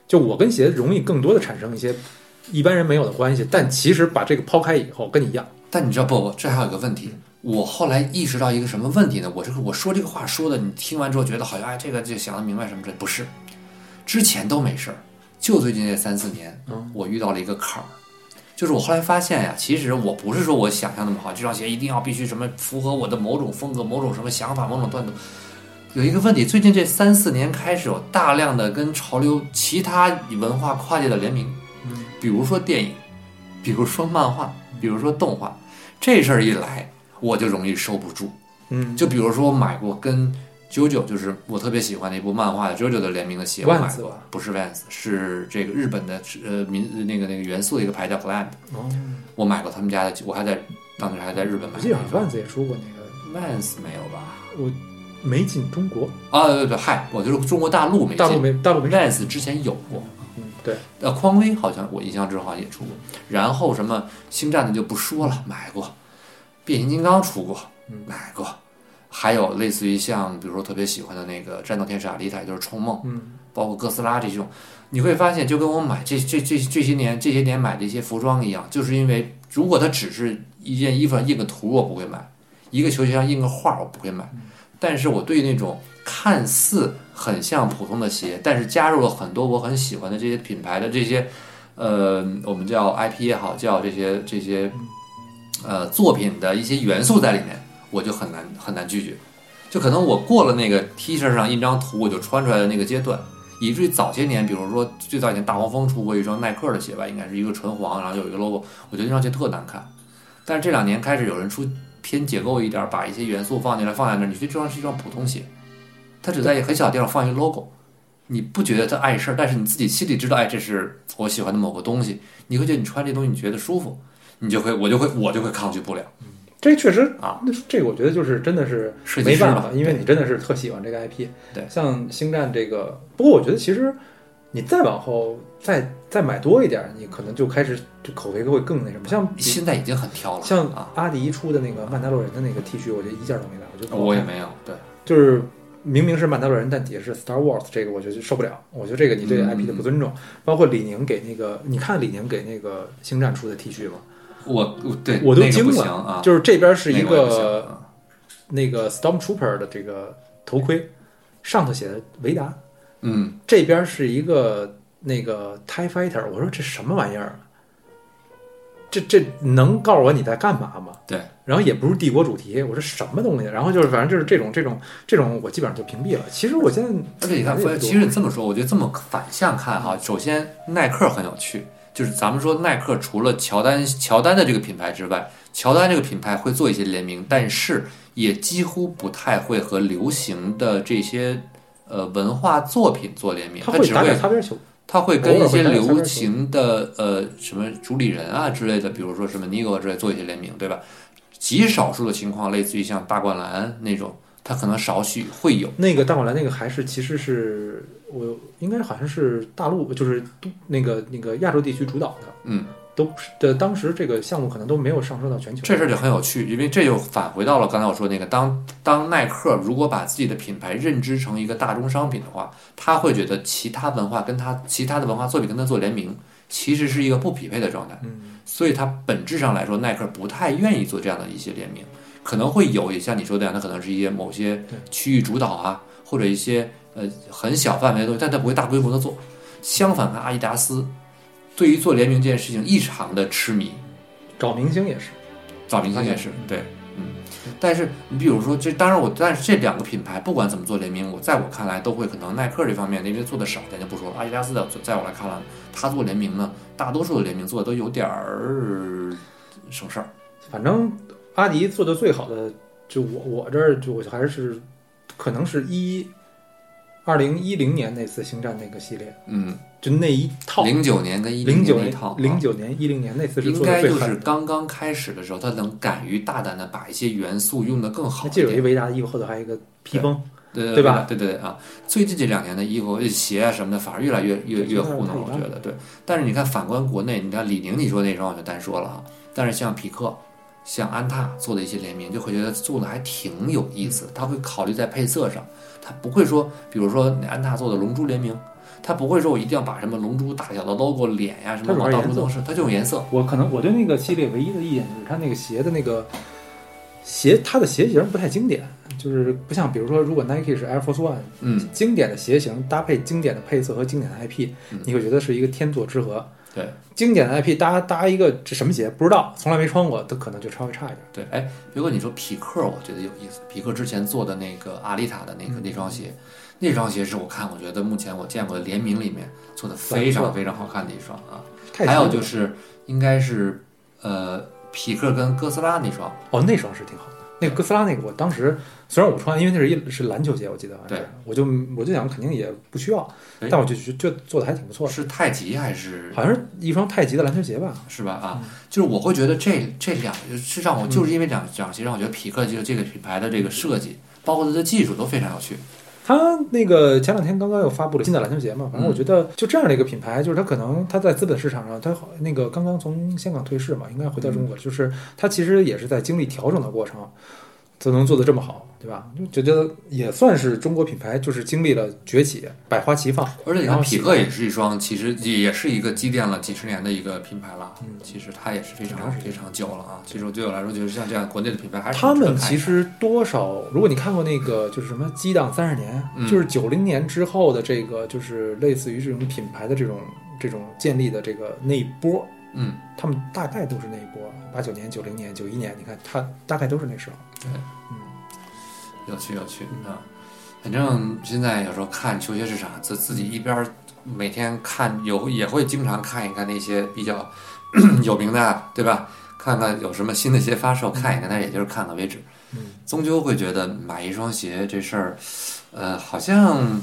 S2: 就我跟鞋容易更多的产生一些一般人没有的关系，但其实把这个抛开以后，跟你一样，
S1: 但你知道不？不，这还有一个问题。我后来意识到一个什么问题呢？我这个我说这个话说的，你听完之后觉得好像哎，这个就想得明白什么？这不是，之前都没事儿，就最近这三四年，
S2: 嗯，
S1: 我遇到了一个坎儿，就是我后来发现呀，其实我不是说我想象那么好，这双鞋一定要必须什么符合我的某种风格、某种什么想法、某种段子。有一个问题，最近这三四年开始有大量的跟潮流其他文化跨界的联名，
S2: 嗯
S1: 比如说电影，比如说漫画，比如说动画，这事儿一来我就容易收不住，
S2: 嗯，
S1: 就比如说我买过跟 JoJo，就是我特别喜欢的一部漫画的 JoJo 的联名的鞋，我买
S2: Vans
S1: 过
S2: 吧，
S1: 不是 Vans，是这个日本的呃民那个那个元素的一个牌叫 Clamp，
S2: 哦，
S1: 我买过他们家的，我还在当时还在日本买
S2: 我
S1: 过。
S2: 记得好像万子也出过那个，
S1: Vans 没有吧？
S2: 我没进中国，
S1: 啊，对对对，嗨，我就是中国大陆没进
S2: 大陆没大陆没进，
S1: Vans 之前有过，
S2: 嗯，对，
S1: 呃，匡威好像我印象之中好像也出过，然后什么星战的就不说了，买过，变形金刚出过
S2: 嗯，
S1: 买过，还有类似于像比如说特别喜欢的那个战斗天使阿丽塔，也就是冲梦，
S2: 嗯，
S1: 包括哥斯拉这种，你会发现就跟我买这这这这些年这些年买的一些服装一样，就是因为如果它只是一件衣服上印个图，我不会买；一个球鞋上印个画，我不会买。但是我对那种看似很像普通的鞋，但是加入了很多我很喜欢的这些品牌的这些，呃，我们叫 IP 也好，叫这些这些，呃，作品的一些元素在里面，我就很难很难拒绝。就可能我过了那个 T 恤上印张图，我就穿出来的那个阶段，以至于早些年，比如说最早以前大黄蜂出过一双耐克的鞋吧，应该是一个纯黄，然后有一个 logo，我觉得那双鞋特难看。但是这两年开始有人出偏解构一点，把一些元素放进来，放在那儿，你觉得这双是一双普通鞋，它只在很小的地方放一个 logo，你不觉得它碍事儿，但是你自己心里知道，哎，这是我喜欢的某个东西，你会觉得你穿这东西你觉得舒服，你就会我就会我就会抗拒不了。
S2: 这确实
S1: 啊，
S2: 那这个我觉得就是真的是
S1: 设计
S2: 没
S1: 师
S2: 办
S1: 嘛
S2: 法，，因为你真的是特喜欢这个 IP。
S1: 对
S2: 像星战这个，不过我觉得其实你再往后再再买多一点，你可能就开始就口味会更那什么。像比
S1: 现在已经很挑了，
S2: 像
S1: 啊，
S2: 阿迪出的那个曼达洛人的那个 T 恤，我觉得一件都没买，我觉得
S1: 我也没有对。
S2: 就是明明是曼达洛人，但底下是 Star Wars，这个我觉得就受不了。我觉得这个你对
S1: 嗯
S2: IP 的不尊重，包括李宁给那个，你看李宁给那个星战出的 T 恤吗？
S1: 我我对
S2: 我都
S1: 那个
S2: 惊
S1: 不
S2: 了
S1: 行啊，
S2: 就是这边是一
S1: 那我也不行
S2: 个
S1: 啊
S2: 那个 Stormtrooper 的这个头盔，上头写的维达，
S1: 嗯，
S2: 这边是一个那个 Tie Fighter，我说这什么玩意儿啊？这这能告诉我你在干嘛吗？
S1: 对，
S2: 然后也不是帝国主题，我说什么东西？然后就是反正就是这种这种这种，我基本上就屏蔽了。其实我现在
S1: 而且你看
S2: 买的也不，多
S1: 其实这么说，我觉得这么反向看哈，首先耐克很有趣，就是咱们说耐克除了乔丹乔丹的这个品牌之外，乔丹这个品牌会做一些联名，但是也几乎不太会和流行的这些呃文化作品做联名，
S2: 他
S1: 它
S2: 会
S1: 只
S2: 打
S1: 会
S2: 点擦边球，
S1: 它会跟
S2: 偶
S1: 一
S2: 尔会
S1: 些
S2: 打点擦边球
S1: 流行的呃什么主理人啊之类的，比如说什么 Nigo 之类做一些联名，对吧？极少数的情况，类似于像大灌篮那种，它可能少许会有。
S2: 那个大灌篮那个还是其实是我应该好像是大陆就是都那个那个亚洲地区主导的，
S1: 嗯，
S2: 都不是的当时这个项目可能都没有上升到全球。
S1: 这事儿就很有趣，因为这又返回到了刚才我说那个，当当耐克如果把自己的品牌认知成一个大众商品的话，他会觉得其他文化跟他其他的文化作品跟他做联名，其实是一个不匹配的状态。
S2: 嗯，
S1: 所以它本质上来说，耐克不太愿意做这样的一些联名，可能会有也像你说的那样，它可能是一些某些
S2: 对
S1: 区域主导啊，或者一些呃很小范围的东西，但它不会大规模的做。相反，看阿迪达斯对于做联名这件事情异常的痴迷，
S2: 找明星也是。
S1: 找明星也
S2: 嗯
S1: 是对，嗯。但是你比如说这，当然我，但是这两个品牌不管怎么做联名，我在我看来都会可能耐克这方面因为做的少，咱就不说了。阿迪达斯的在我来看来，它做联名呢，大多数的联名做的都有点儿省事儿。
S2: 反正阿迪做的最好的，就我我这儿就我还是可能是一二零一零年那次星战那个系列，
S1: 嗯，
S2: 就那一套
S1: 零九年跟一
S2: 零九
S1: 年那一套，啊
S2: 零九年一零年那次是
S1: 应
S2: 做的
S1: 该
S2: 最
S1: 就
S2: 狠
S1: 是
S2: 的。
S1: 刚刚开始的时候，他能敢于大胆的把一些元素用的更好
S2: 那
S1: 一
S2: 记得有一
S1: 点，
S2: 维达的衣服，后头还有一个披风，
S1: 对
S2: 对吧
S1: 对对对啊！最近这两年的衣服、鞋啊什么的，反而越来越越
S2: 对
S1: 越糊弄了，我
S2: 现在太一般了
S1: 觉得对。但是你看，反观国内，你看李宁，你说那双我就单说了哈，但是像匹克。像安踏做的一些联名，就会觉得做的还挺有意
S2: 嗯
S1: 思的。他会考虑在配色上，他不会说，比如说安踏做的龙珠联名，他不会说我一定要把什么龙珠大小的 logo、脸呀、什么
S2: 它主要
S1: 往到处
S2: 是颜色
S1: 都是，他就用颜色。嗯
S2: 我可能我对那个系列唯一的意见就是，它那个鞋的那个鞋，它的鞋型不太经典，就是不像比如说，如果 Nike 是 Air Force One，
S1: 嗯，
S2: 经典的鞋型搭配经典的配色和经典的 IP，
S1: 嗯
S2: 你会觉得是一个天作之合。
S1: 对，
S2: 经典的 IP 搭搭一个这什么鞋不知道，从来没穿过，都可能就稍微差一点。
S1: 对，哎，如果你说匹克，我觉得有意思。匹克之前做的那个阿丽塔的那个
S2: 嗯
S1: 那双鞋，那双鞋是我看，我觉得目前我见过的联名里面做的非常非常好看的一双啊。
S2: 太
S1: 还有
S2: 新
S1: 就
S2: 了
S1: 是应该是呃，匹克跟哥斯拉那双，
S2: 哦，那双是挺好的，那个哥斯拉那个，我当时虽然我穿，因为那是一是篮球鞋，我记得好像
S1: 对
S2: 是，我就我就想肯定也不需要，
S1: 哎
S2: 但我就觉觉得做的还挺不错的，
S1: 是太极还是
S2: 好像嗯是一双太极的篮球鞋吧？
S1: 是吧？啊，就是我会觉得这这两是让
S2: 嗯
S1: 我就是因为两两鞋让我觉得匹克就是这个品牌的这个设计，包括它的技术都非常有趣。
S2: 他那个前两天刚刚又发布了新的篮球鞋
S1: 嗯
S2: 嘛，反正我觉得就这样的一个品牌，就是它可能它在资本市场上，它好那个刚刚从香港退市嘛，应该回到中国，
S1: 嗯
S2: 就是它其实也是在经历调整的过程，才能做得这么好，对吧？就觉得也算是中国品牌就是经历了崛起，百花齐放，
S1: 而且你
S2: 然
S1: 看，
S2: 后
S1: 匹克也是一双，其实也也是一个积淀了几十年的一个品牌了。
S2: 嗯
S1: 其实它也是非
S2: 挺
S1: 常
S2: 长时
S1: 非
S2: 间
S1: 常久了啊。其实对我来说，就是像这样国内的品牌还是
S2: 他
S1: 挺值
S2: 们
S1: 得看
S2: 其
S1: 一看
S2: 实多少，如果你看过那个就是什么《激荡三十年》
S1: 嗯
S2: 就是九零年之后的这个，就是类似于这种品牌的这种这种建立的这个那一波，
S1: 嗯，
S2: 他们大概都是那一波，八九年、九零年、九一年，你看他大概都是那时候。
S1: 对，
S2: 嗯，
S1: 有趣有趣啊。反正现在有时候看球鞋市场，自自己一边儿每天看，有也会经常看一看那些比较 有名的，啊对吧？看看有什么新的鞋发售，看一看，但也就是看到为止。
S2: 嗯，
S1: 终究会觉得买一双鞋这事儿，呃，好像，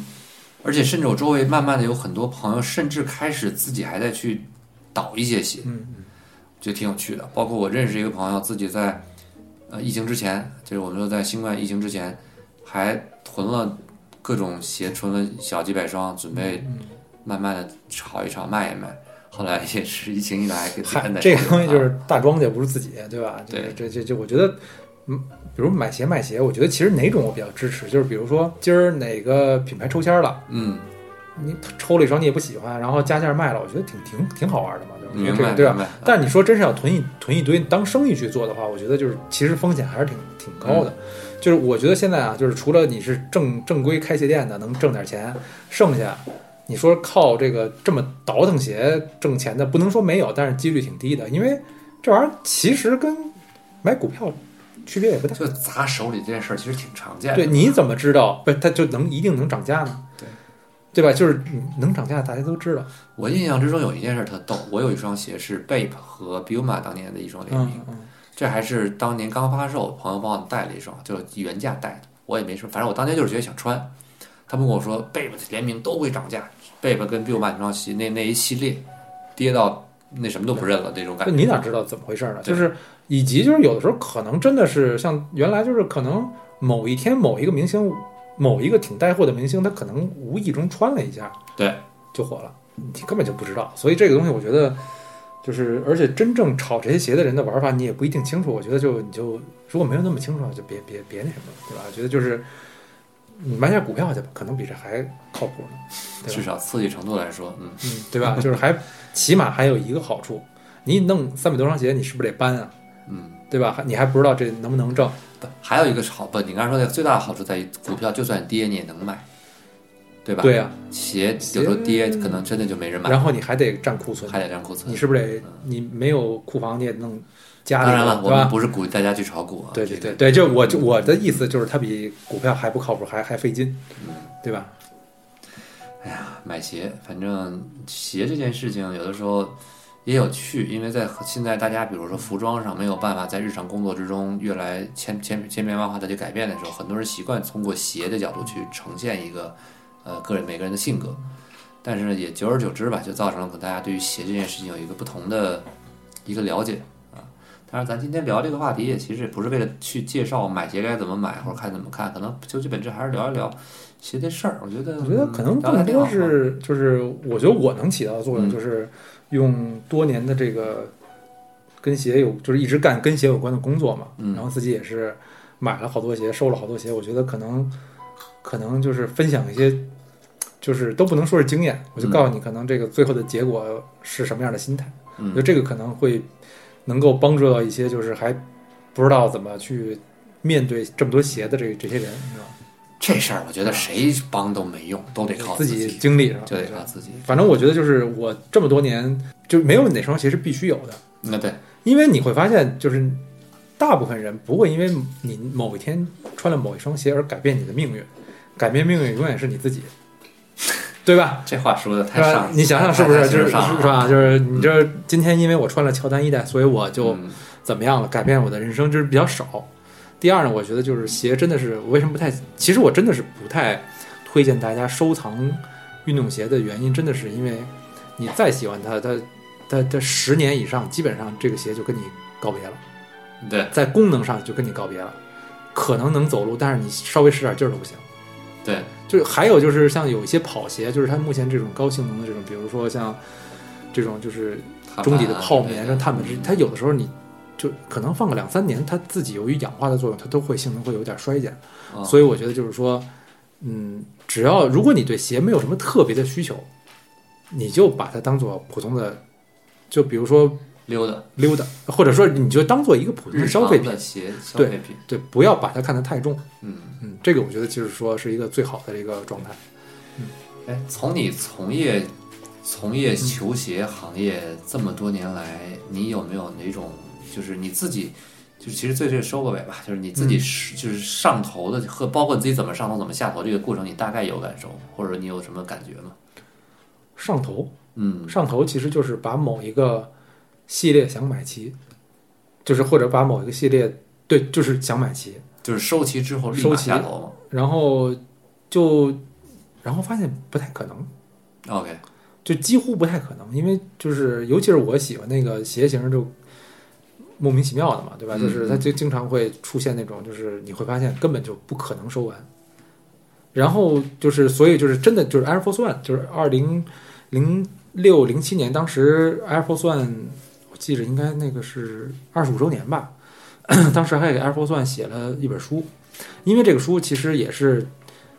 S1: 而且甚至我周围慢慢的有很多朋友，甚至开始自己还在去倒一些鞋，
S2: 嗯，
S1: 觉得挺有趣的。包括我认识一个朋友，自己在呃疫情之前，就是我们说在新冠疫情之前，还囤了各种鞋，囤了小几百双，准备
S2: 嗯
S1: 慢慢的炒一炒卖一卖。后来也是疫情一来， 给自己 啊
S2: 嗨
S1: 摁，在
S2: 这个
S1: 手里
S2: 东
S1: 了
S2: 西就是大庄家不是自己，对吧？
S1: 对
S2: 这这这这，我觉得，嗯，比如买鞋卖鞋，我觉得其实哪种我比较支持，就是比如说今儿哪个品牌抽签了。
S1: 嗯，
S2: 你抽了一双你也不喜欢，然后加价卖了，我觉得挺挺挺好玩的嘛，对吧？我觉
S1: 明
S2: 嗯得这
S1: 白
S2: 个对
S1: 明
S2: 吧？
S1: 白。啊
S2: 但你说真是要囤一囤一堆当生意去做的话，我觉得就是其实风险还是挺挺高的。
S1: 嗯
S2: 就是我觉得现在啊，就是除了你是正正规开鞋店的能挣点钱，剩下你说靠这个这么倒腾鞋挣钱的，不能说没有，但是几率挺低的，因为这玩意儿其实跟买股票区别也不大。
S1: 就砸手里这件事儿其实挺常见的。
S2: 对，你怎么知道不它就能一定能涨价呢？
S1: 对，
S2: 对吧？就是能涨价，大家都知道。
S1: 我印象之中有一件事特逗，我有一双鞋是 Bape 和 Buma 当年的一双联名，
S2: 嗯
S1: 这还是当年刚发售，朋友帮我带了一双，就是原价带的，我也没说，反正我当年就是觉得想穿。他们跟我说 Bape 的联名都会涨价，Bape 跟 Buma 那双鞋那那一系列跌到那什么都不认了那种感
S2: 就
S1: 觉。
S2: 你哪知道怎么回事呢？
S1: 对
S2: 就是以及就是有的时候可能真的是像原来就是可能某一天某一个明星某一个挺带货的明星，他可能无意中穿了一下，
S1: 对，
S2: 就火了，你根本就不知道。所以这个东西我觉得就是，而且真正炒这些鞋的人的玩法你也不一定清楚。我觉得就你就如果没有那么清楚，就别别别那什么，对吧？我觉得就是你买点股票去吧，可能比这还靠谱呢。对吧
S1: 至少刺激程度来说，嗯，
S2: 嗯，对吧？就是还起码还有一个好处，你弄三百多双鞋，你是不是得搬啊？
S1: 嗯，
S2: 对吧？还你还不知道这能不能挣，
S1: 不，还有一个好不，你刚才说的最大的好处在于股票就算跌你也能买，对吧？
S2: 对呀、
S1: 鞋有时候跌可能真的就没人买，
S2: 然后你还得占库存，
S1: 还得让库存。
S2: 你是不是得你没有库房你也弄加
S1: 当然了，
S2: 里
S1: 我
S2: 头对
S1: 们
S2: 吧？
S1: 不是鼓励大家去炒股啊。
S2: 对
S1: 这
S2: 对
S1: 个
S2: 对，对，就我就我的意思就是，它比股票还不靠谱，还还费劲，
S1: 嗯
S2: 对吧？
S1: 买鞋，反正鞋这件事情有的时候也有趣，因为在现在大家比如说服装上没有办法在日常工作之中越来千千千变万化的去改变的时候，很多人习惯通过鞋的角度去呈现一个呃个人每个人的性格，但是也久而久之吧，就造成了可能大家对于鞋这件事情有一个不同的一个了解啊。当然，咱今天聊这个话题也其实也不是为了去介绍买鞋该怎么买或者看怎么看，可能究其本质还是聊一聊鞋的事儿。我觉得，
S2: 我觉得可能
S1: 聊得
S2: 更
S1: 挺好
S2: 多
S1: 啊
S2: 是就是，我觉得我能起到的作
S1: 嗯
S2: 用就是用多年的这个跟鞋有，就是一直干跟鞋有关的工作嘛，
S1: 嗯
S2: 然后自己也是买了好多鞋，收了好多鞋，我觉得可能可能就是分享一些，就是都不能说是经验，我
S1: 嗯
S2: 就告诉你，可能这个最后的结果是什么样的心态，我
S1: 嗯
S2: 觉得这个可能会能够帮助到一些就是还不知道怎么去面对这么多鞋的这这些人，你知道吗？
S1: 这事儿我觉得谁帮都没用，都得靠
S2: 啊自己
S1: 己，
S2: 经历是吧？
S1: 就得
S2: 对
S1: 靠自己。
S2: 反正我觉得就是我这么多年就没有哪双鞋是必须有的，
S1: 那对，
S2: 因为你会发现就是大部分人不会因为你某一天穿了某一双鞋而改变你的命运，改变命运永远是你自己， 对吧？
S1: 这话说的太
S2: 是
S1: 上
S2: 吧
S1: 了，？
S2: 你想想是不是？
S1: 太
S2: 就是
S1: 太
S2: 是
S1: 上了
S2: 吧？就是你这今天因为我穿了乔丹一代，所以我就
S1: 嗯
S2: 怎么样了，改变我的人生，就是比较少。第二呢，我觉得就是鞋真的是我为什么不太，其实我真的是不太推荐大家收藏运动鞋的原因，真的是因为你再喜欢它，它它它十年以上，基本上这个鞋就跟你告别了，
S1: 对
S2: 在功能上就跟你告别了，可能能走路，但是你稍微使点劲儿都不行。
S1: 对，
S2: 就是还有就是像有一些跑鞋，就是它目前这种高性能的这种，比如说像这种就是
S1: 踏板啊嗯
S2: 中底的泡棉，
S1: 之类的
S2: 让它们是它有的时候你就可能放个两三年，它自己由于氧化的作用，它都会性能会有点衰减。
S1: 嗯
S2: 所以我觉得就是说，嗯，只要如果你对鞋没有什么特别的需求，你就把它当做普通的，就比如说
S1: 溜达
S2: 溜达，或者说你就当做一个普通的
S1: 日
S2: 消费
S1: 常
S2: 品
S1: 的，鞋消费品，
S2: 对，不要把它看得太重。
S1: 嗯，
S2: 嗯，这个我觉得就是说是一个最好的一个状态。
S1: 哎，从你从业从
S2: 嗯
S1: 业球鞋行业这么多年来，你有没有哪种就是你自己？就是其实最最收个尾吧，就是你自己
S2: 嗯
S1: 是、就是上头的和包括你自己怎么上头怎么下头这个过程，你大概有感受，或者你有什么感觉吗？
S2: 上头，
S1: 嗯，
S2: 上头其实就是把某一个系列想买齐，就是或者把某一个系列对，就是想买齐，
S1: 就是收齐之后立
S2: 收
S1: 马
S2: 齐
S1: 下头嘛。
S2: 然后就然后发现不太可能，
S1: OK，
S2: 就几乎不太可能，因为就是尤其是我喜欢那个鞋型就莫名其妙的嘛，对吧？
S1: 嗯
S2: 就是它就经常会出现那种，就是你会发现根本就不可能收完。然后就是，所以就是真的就是 Air Force One，就是二零零六零七年，当时 Air Force One 我记着应该那个是二十五周年吧，当时还给 Air Force One 写了一本书，因为这个书其实也是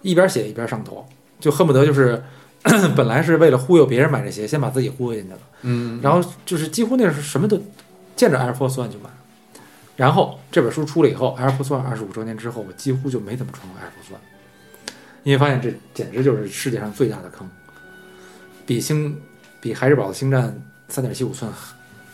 S2: 一边写一边上头，就恨不得就是咳 本来是为了忽悠别人买这鞋，先把自己忽悠进去了，
S1: 嗯，
S2: 然后就是几乎那是什么都见着 Air Force One 就买，然后这本书出了以后，Air Force One 二十五周年之后，我几乎就没怎么穿过 Air Force One，因为发现这简直就是世界上最大的坑，比星比海之宝的星战三点七五寸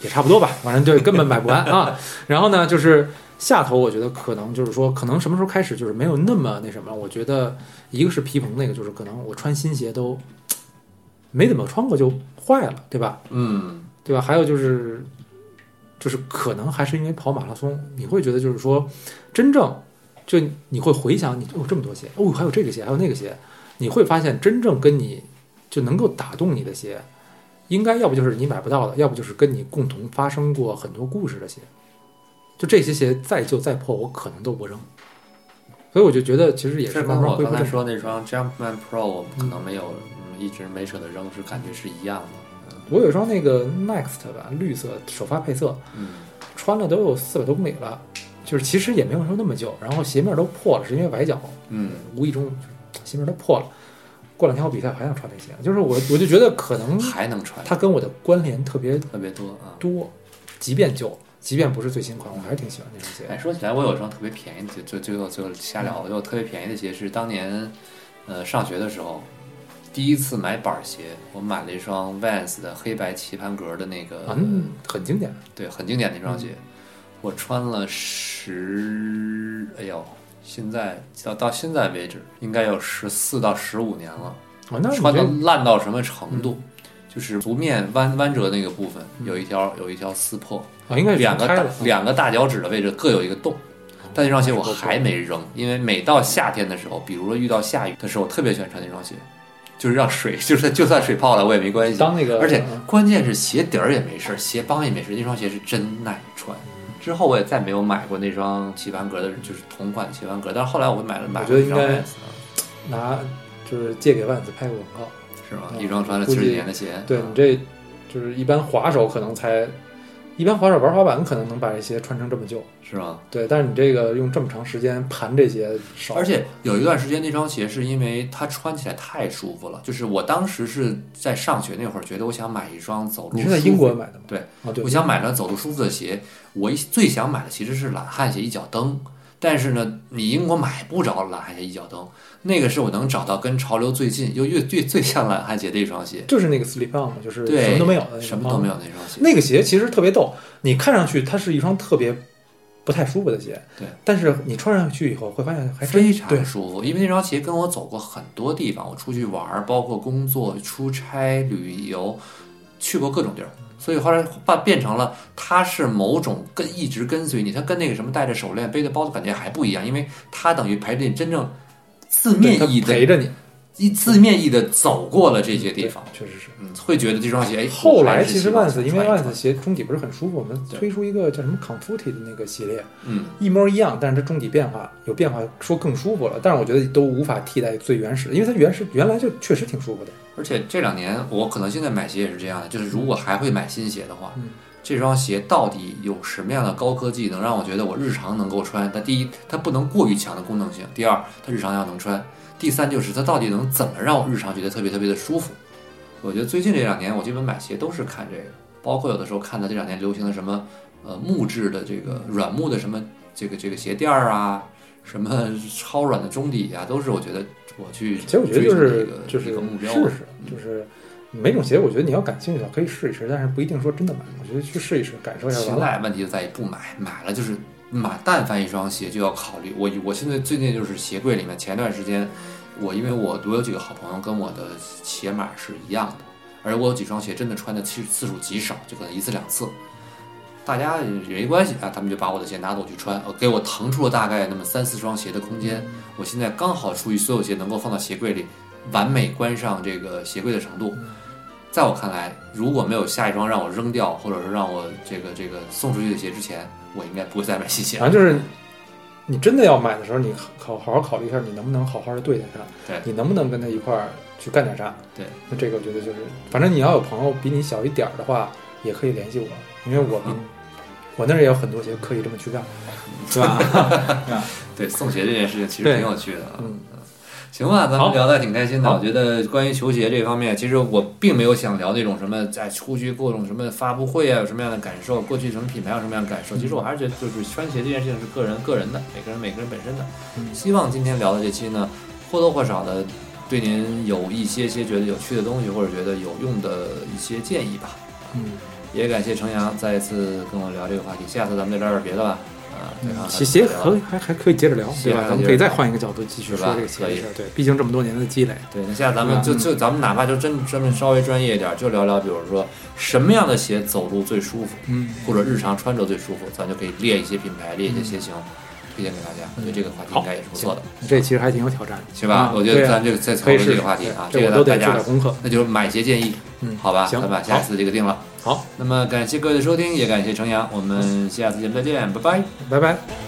S2: 也差不多吧，反正就根本买不完 啊。然后呢，就是下头，我觉得可能就是说，可能什么时候开始就是没有那么那什么了。我觉得一个是皮蓬那个，就是可能我穿新鞋都没怎么穿过就坏了，对吧？
S1: 嗯，
S2: 对吧？还有就是，就是可能还是因为跑马拉松，你会觉得就是说，真正就你会回想你哦这么多鞋，哦还有这个鞋，还有那个鞋，你会发现真正跟你就能够打动你的鞋，应该要不就是你买不到的，要不就是跟你共同发生过很多故事的鞋。就这些鞋再旧再破，我可能都不扔。所以我就觉得其实也
S1: 这
S2: 是
S1: 跟
S2: 慢慢
S1: 我
S2: 恢复
S1: 刚才
S2: 正
S1: 说那双 Jumpman Pro 我可能没有、嗯一直没舍得扔，是感觉是一样的。
S2: 我有一双那个 Next 吧，绿色首发配色，
S1: 嗯，
S2: 穿了都有四百多公里了，就是其实也没有说那么久，然后鞋面都破了，是因为崴脚，
S1: 嗯
S2: 无意中鞋面都破了。过两天我比赛还想穿这鞋，就是我我就觉得可能
S1: 嗯，还能穿，
S2: 它跟我的关联特别
S1: 特别多啊。
S2: 多，即便旧，即便不是最新款，我还是挺喜欢那双
S1: 哎，
S2: 鞋。
S1: 说起来，我有一双特别便宜的，就最后最后瞎
S2: 嗯
S1: 聊，我有特别便宜的鞋是当年，呃，上学的时候，第一次买板鞋，我买了一双 Vans 的黑白棋盘格的那个，
S2: 嗯，很经典，
S1: 对，很经典的一
S2: 嗯
S1: 双鞋，我穿了十，哎呦，现在到到现在为止，应该有十四到十五年了，
S2: 哦，那你
S1: 穿的
S2: 这嗯
S1: 烂到什么程度？就是足面弯弯折那个部分有一条有一条撕破，
S2: 啊，应该是哦
S1: 两
S2: 全
S1: 个
S2: 开
S1: 大
S2: 了，
S1: 两个大脚趾的位置各有一个洞。但那双鞋我还没扔，因为每到夏天的时候，比如说遇到下雨的时候，我特别喜欢穿那双鞋，就是让水， 就是就算水泡了我也没关系。
S2: 当那个，
S1: 而且关键是鞋底儿也没事儿，鞋帮也没事儿，那双鞋是真耐穿。之后我也再没有买过那双棋盘格的，就是同款棋盘格。但是后来我买了买
S2: 我
S1: 了
S2: 觉得
S1: 一双
S2: 应该
S1: Vans 的
S2: 拿就是借给万子拍个广告。
S1: 是吗？
S2: 嗯
S1: 一双穿了
S2: 估
S1: 七
S2: 计
S1: 十年的鞋，
S2: 对你这，就是一般滑手可能才，一般滑手玩滑板可能能把这鞋穿成这么旧，
S1: 是吗？
S2: 对，但是你这个用这么长时间盘这些少，
S1: 而且有一段时间，那双鞋是因为它穿起来太舒服了。就是我当时是在上学那会儿，觉得我想买一双走路
S2: 你
S1: 舒
S2: 是
S1: 服。
S2: 在英国买的吗？
S1: 对，
S2: 啊对
S1: 我，想买那走路舒服的鞋。我一最想买的其实是懒汉鞋一脚蹬，但是呢，你英国买不着懒汉鞋一脚蹬，那个是我能找到跟潮流最近又越最最像懒汉鞋的一双鞋，
S2: 就是那个 slip on 嘛，就是
S1: 对，
S2: 什么都没有的那种，
S1: 什么都没
S2: 有。
S1: 有那双鞋。
S2: 那个鞋其实特别逗，你看上去它是一双特别不太舒服的鞋，
S1: 对，
S2: 但是你穿上去以后会发现还
S1: 非
S2: 真对
S1: 常舒服，因为那双鞋跟我走过很多地方，我出去玩儿，包括工作、出差、旅游，去过各种地儿，所以后来把变成了他是某种跟一直跟随你，他跟那个什么戴着手链背着包的感觉还不一样，因为他等于陪着你真正字面
S2: 对
S1: 意义
S2: 他陪
S1: 的
S2: 着你，
S1: 一字面意义的走过了这些地方，
S2: 确实是。
S1: 嗯，会觉得这双鞋哎，
S2: 后
S1: 我还
S2: 来
S1: 是
S2: 其实
S1: 希望
S2: Vans 因
S1: 穿
S2: 为
S1: 一穿
S2: Vans 鞋中底不是很舒服，我们
S1: 对
S2: 推出一个叫什么 Comforty 的那个系列，
S1: 嗯
S2: 一模一样，但是它中底变化有变化，说更舒服了，但是我觉得都无法替代最原始的，因为它原始原来就确实挺舒服的。
S1: 而且这两年我可能现在买鞋也是这样的，就是如果还会买新鞋的话，
S2: 嗯
S1: 这双鞋到底有什么样的高科技能让我觉得我日常能够穿？它第一，它不能过于强的功能性；第二，它日常要能穿；第三，就是它到底能怎么让我日常觉得特别特别的舒服？我觉得最近这两年我基本买鞋都是看这个，包括有的时候看到这两年流行的什么呃木质的这个软木的什么这个这个鞋垫儿啊。什么 超软的中底啊，都是我觉得我去
S2: 其实我觉得
S1: 追
S2: 就
S1: 求的一
S2: 是
S1: 个
S2: 就是
S1: 一个目标啊
S2: 试试，就是每种鞋，我觉得你要感兴趣的话可以试一试，但是不一定说真的买，我觉得去试一试，感受一下
S1: 现
S2: 完了。
S1: 在问题就在于不买，买了就是买，但凡一双鞋就要考虑。我我现在最近就是鞋柜里面，前段时间我因为我我有几个好朋友跟我的鞋码是一样的，而我有几双鞋真的穿的次次数极少，就可能一次两次。大家也没关系啊，他们就把我的鞋拿走去穿，呃给我腾出了大概那么三四双鞋的空
S2: 嗯
S1: 间。我现在刚好处于所有鞋能够放到鞋柜里，完美关上这个鞋柜的程度。在我看来，如果没有下一双让我扔掉，或者是让我这个这个送出去的鞋之前，我应该不会再买新鞋
S2: 反
S1: 了。
S2: 正就是你真的要买的时候，你考好好考虑一下，你能不能好好的对待它，
S1: 对
S2: 你能不能跟他一块儿去干点啥？
S1: 对，
S2: 那这个我觉得就是，反正你要有朋友比你小一点儿的话，也可以联系我，因为我们、
S1: 嗯
S2: 我那儿也有很多鞋可以这么去干，对吧？
S1: 对， 送鞋这件事情其实
S2: 对
S1: 挺有趣的啊。
S2: 嗯，
S1: 行吧，咱们
S2: 好
S1: 聊的挺开心的。
S2: 好
S1: 我觉得关于球鞋这方面，其实我并没有想聊那种什么在出去各种什么发布会啊，有什么样的感受，过去什么品牌有什么样的感受。其实我还是觉得，就是穿鞋这件事情是个人个人的，每个人每个人本身的。
S2: 嗯
S1: 希望今天聊的这期呢，或多或少的对您有一些些觉得有趣的东西，或者觉得有用的一些建议吧。
S2: 嗯，
S1: 也感谢程阳再一次跟我聊这个话题，下次咱们再聊点别的吧。啊，对啊，
S2: 鞋鞋可以还还可以接着聊，
S1: 鞋
S2: 对
S1: 还
S2: 吧？
S1: 可以
S2: 咱们可以再换一个角度继续
S1: 是
S2: 说
S1: 吧
S2: 这个鞋
S1: 可
S2: 的
S1: 以
S2: 事儿，对，毕竟这么多年的积累。
S1: 对，那下次咱们就
S2: 嗯
S1: 就咱们哪怕就真专门稍微专业一点，就聊聊，比如说什么样的鞋走路最舒服，
S2: 嗯，
S1: 或者日常穿着最舒服，咱就可以列一些品牌，列一些鞋型，
S2: 嗯
S1: 推荐给大家。我觉得这个话题应该也是不错的，
S2: 这其实还挺有挑战的，
S1: 行吧
S2: 啊？
S1: 我觉得咱这
S2: 对
S1: 个再
S2: 啊
S1: 讨
S2: 可以
S1: 论
S2: 试
S1: 这
S2: 试
S1: 个话题啊，
S2: 对
S1: 这
S2: 我
S1: 个
S2: 都得
S1: 大
S2: 做
S1: 家
S2: 点功课。
S1: 那就是买鞋建议，
S2: 嗯，
S1: 好吧？
S2: 行，
S1: 咱把下次这个定了。
S2: 好，好
S1: 那么感谢各位的收听，也感谢程阳，我们下次节目再见，拜拜。
S2: 拜拜。
S3: 「